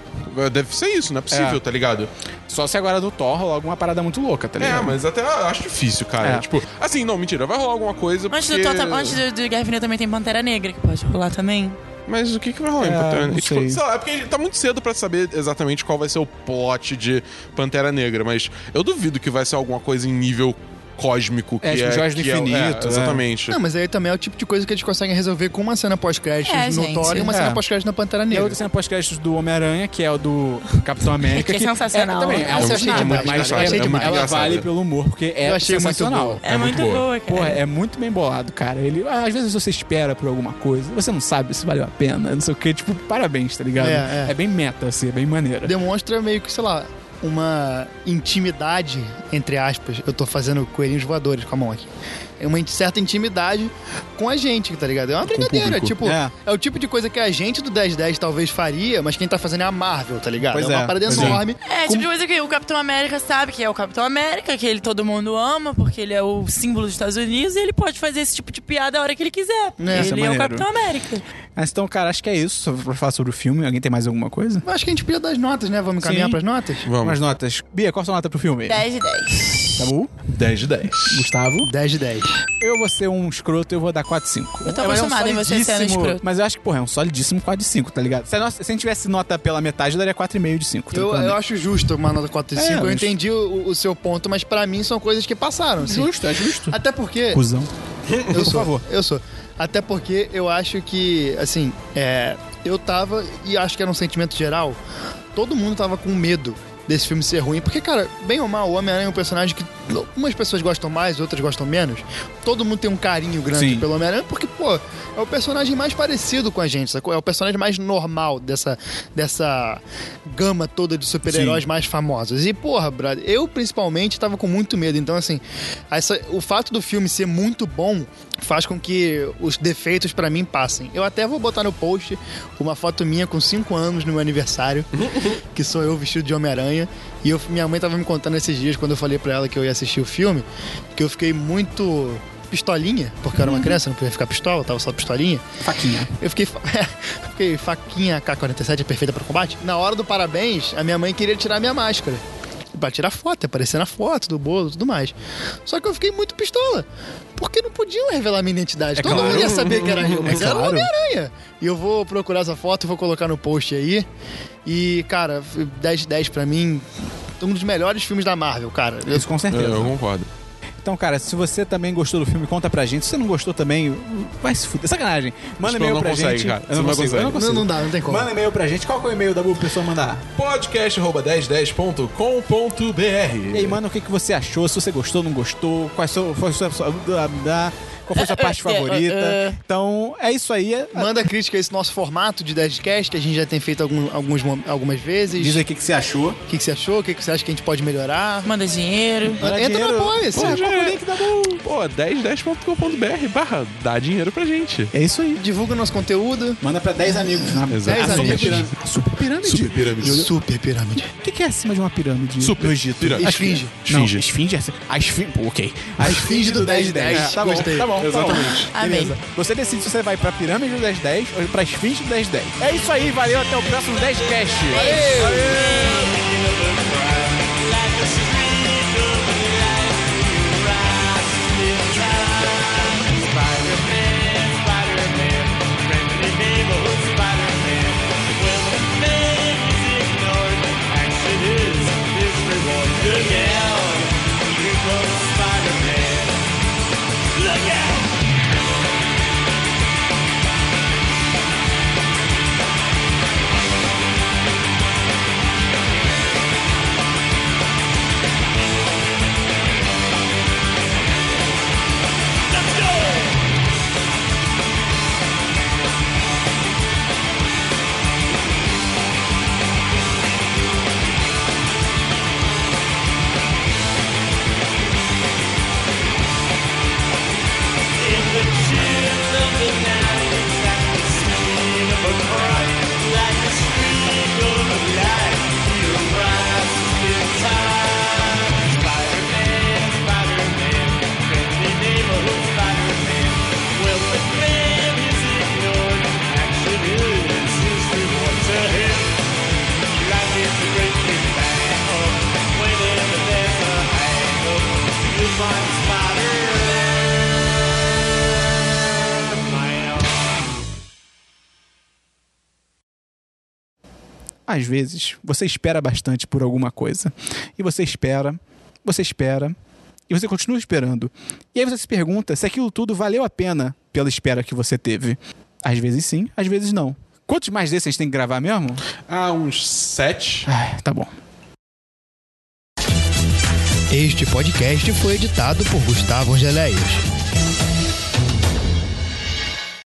S6: Deve ser isso, não é possível,
S4: É.
S6: tá ligado?
S4: Só se agora do Thor rolar alguma parada muito louca, tá ligado?
S6: É, mas até eu acho difícil, cara.
S4: É.
S6: Tipo, assim, não, mentira, vai rolar alguma coisa.
S7: Antes,
S6: porque...
S7: do, Tota- antes do, do Guerra Infinita também tem Pantera Negra, que pode rolar também.
S6: Mas o que, que vai rolar em
S4: É,
S6: Pantera
S4: não
S6: Negra?
S4: sei.
S6: Tipo, sei lá, é porque tá muito cedo pra saber exatamente qual vai ser o plot de Pantera Negra, mas eu duvido que vai ser alguma coisa em nível cósmico que
S4: É,
S6: é.
S4: tipo, Joias do
S6: que é- é,
S4: Infinito, né?
S6: exatamente.
S5: Não, mas aí também é o tipo de coisa que eles conseguem resolver com uma cena pós-crédito
S7: É,
S5: no
S7: gente.
S5: Thor e uma
S4: É.
S5: cena pós-crédito na
S4: E
S5: Pantera
S4: a
S5: Negra.
S4: outra cena pós-créditos do Homem-Aranha, que é o do Capitão América.
S7: Que é sensacional.
S4: também, é
S5: Eu achei
S4: sensacional,
S5: demais,
S4: mas
S5: cara, eu achei
S4: é-
S5: demais.
S4: ela
S6: Engraçado.
S4: vale pelo humor, porque é
S5: Eu achei muito
S4: sensacional.
S5: boa.
S7: É, muito boa, cara.
S4: Porra, é muito bem bolado, cara. Ele, às vezes você espera por alguma coisa, você não sabe se valeu a pena, não sei o que. Tipo, parabéns, tá ligado?
S5: É, é.
S4: bem meta, assim, é bem maneira.
S5: Demonstra meio que, sei lá, uma intimidade, entre aspas. Eu tô fazendo coelhinhos voadores com a mão aqui. É uma certa intimidade com a gente, tá ligado? É uma brincadeira.
S6: público.
S5: Tipo,
S4: É.
S5: é. o tipo de coisa que a gente do 1010 talvez faria, mas quem tá fazendo é a Marvel, tá ligado?
S4: Pois
S5: é uma
S4: é,
S5: parada
S4: pois é.
S5: enorme.
S7: É, tipo de coisa que o Capitão América sabe que é o Capitão América, que ele todo mundo ama, porque ele é o símbolo dos Estados Unidos e ele pode fazer esse tipo de piada a hora que ele quiser. porque
S5: É, isso é
S7: ele é, o
S4: maneiro.
S7: Capitão América.
S4: Mas então, cara, acho que é isso sobre- pra falar sobre o filme. Alguém tem mais alguma coisa?
S5: Eu Acho que a gente precisa das notas, né? Vamos encaminhar
S4: Sim.
S5: pras notas?
S4: Umas
S6: Vamos.
S4: notas. Bia, qual a sua nota pro filme?
S7: 10 de 10.
S4: Tá bom?
S6: 10 de 10.
S4: Gustavo?
S5: 10 de 10.
S4: Eu vou ser um escroto, eu vou dar 4 de 5. Eu um
S7: tô acostumada em você sendo escroto.
S4: Mas eu acho que, porra, é um solidíssimo 4 de 5, tá ligado? Se a, nossa- se a gente tivesse nota pela metade, eu daria 4,5 de 5.
S5: Eu,
S4: tranquilamente.
S5: eu acho justo uma nota 4 e
S4: É,
S5: 5. eu
S4: mas-
S5: entendi o, o seu ponto, mas pra mim são coisas que passaram. assim.
S4: Justo, é justo.
S5: Até porque.
S4: Cusão.
S5: Eu
S4: Por
S5: sou,
S4: favor.
S5: Eu sou. Até porque eu acho que, assim, é, eu tava, e acho que era um sentimento geral, todo mundo tava com medo desse filme ser ruim. Porque, cara, bem ou mal, o Homem-Aranha é um personagem que umas pessoas gostam mais, outras gostam menos. Todo mundo tem um carinho grande
S4: Sim.
S5: pelo Homem-Aranha, porque, pô, é o personagem mais parecido com a gente, sacou? É o personagem mais normal dessa, dessa gama toda de super-heróis
S4: Sim.
S5: mais famosos. E, porra, brother, eu principalmente tava com muito medo. Então, assim, essa- o fato do filme ser muito bom faz com que os defeitos pra mim passem. Eu até vou botar no post uma foto minha com 5 anos no meu aniversário, que sou eu vestido de Homem-Aranha. E eu- minha mãe tava me contando esses dias, quando eu falei pra ela que eu ia assistir o filme, que eu fiquei muito pistolinha, porque eu era uma criança, não podia ficar pistola, eu tava só pistolinha.
S4: Faquinha.
S5: Eu fiquei, fa- eu fiquei faquinha K-47 é perfeita para combate. Na hora do parabéns, a minha mãe queria tirar minha máscara. Pra tirar foto, aparecer na foto do bolo e tudo mais. Só que eu fiquei muito pistola. Porque não podiam revelar minha identidade.
S4: É
S5: Todo
S4: claro.
S5: mundo ia saber que era eu, mas
S4: É
S5: era o
S4: claro.
S5: Homem-Aranha. E eu vou procurar essa foto, vou colocar no post aí. E, cara, 10 de 10 pra mim. Um dos melhores filmes da Marvel, cara. Eu-
S4: Isso com certeza.
S6: É, Eu concordo.
S4: Então, cara, se você também gostou do filme, conta pra gente. Se você não gostou também, vai se fuder. Sacanagem. Manda
S6: Tipo,
S4: e-mail
S6: não
S4: pra
S6: consegue,
S4: gente.
S6: cara.
S4: Eu não,
S6: Não
S4: consigo.
S6: consegue.
S4: Eu não consigo.
S5: não, não dá, não tem como.
S4: Manda e-mail pra gente. Qual que é o e-mail da Bu pra pessoa mandar?
S6: podcast.1010.com.br
S4: E aí, manda o que, que você achou, se você gostou, não gostou, qual foi a sua, sua- blá, blá, qual foi a sua parte favorita. Então, é isso aí.
S5: Manda crítica a esse nosso formato de 10 cast, que a gente já tem feito algum- alguns, mom- algumas vezes.
S4: Diz aí o que, que você achou.
S5: O que, que você achou? O que, que você acha que a gente pode melhorar?
S7: Manda dinheiro.
S4: Manda
S5: Entra
S4: dinheiro.
S5: no Apoia-se.
S4: Pô,
S6: Pô,
S4: qual que é o
S6: é.
S4: link da Bu?
S6: Pô, 1010.com.br barra dá dinheiro pra gente.
S4: É isso aí.
S5: Divulga o nosso conteúdo.
S4: Manda pra 10 amigos. Na-
S6: Exato.
S4: Ah,
S5: 10
S4: super
S5: amigos.
S4: pirâmide. Super pirâmide.
S6: Super pirâmide.
S5: Super pirâmide.
S4: O que, que é acima de uma pirâmide?
S6: Super
S4: No Egito.
S6: pirâmide.
S4: Acho que-
S5: Esfinge.
S4: Não,
S6: Esfinge.
S4: esfinge é assim. A esfinge. pô, Ok. A
S5: esfinge do 10 de 10.
S4: Tá bom,
S5: Gostei.
S4: tá bom. tá
S6: Exatamente.
S4: bom.
S7: Amei.
S4: Beleza. Você decide se você vai pra pirâmide do 10 de 10 ou pra esfinge do 10 de 10. É isso aí. Valeu. Até o próximo 10 Cast.
S8: Spider-Man, Spider-Man,
S4: Às vezes, você espera bastante por alguma coisa. E você espera, você espera, e você continua esperando. E aí você se pergunta se aquilo tudo valeu a pena pela espera que você teve. Às vezes sim, às vezes não. Quantos mais desses a gente tem que gravar mesmo?
S6: Ah, uns sete.
S4: Ai, tá bom. é.
S5: Este podcast foi editado por Gustavo Angeléias.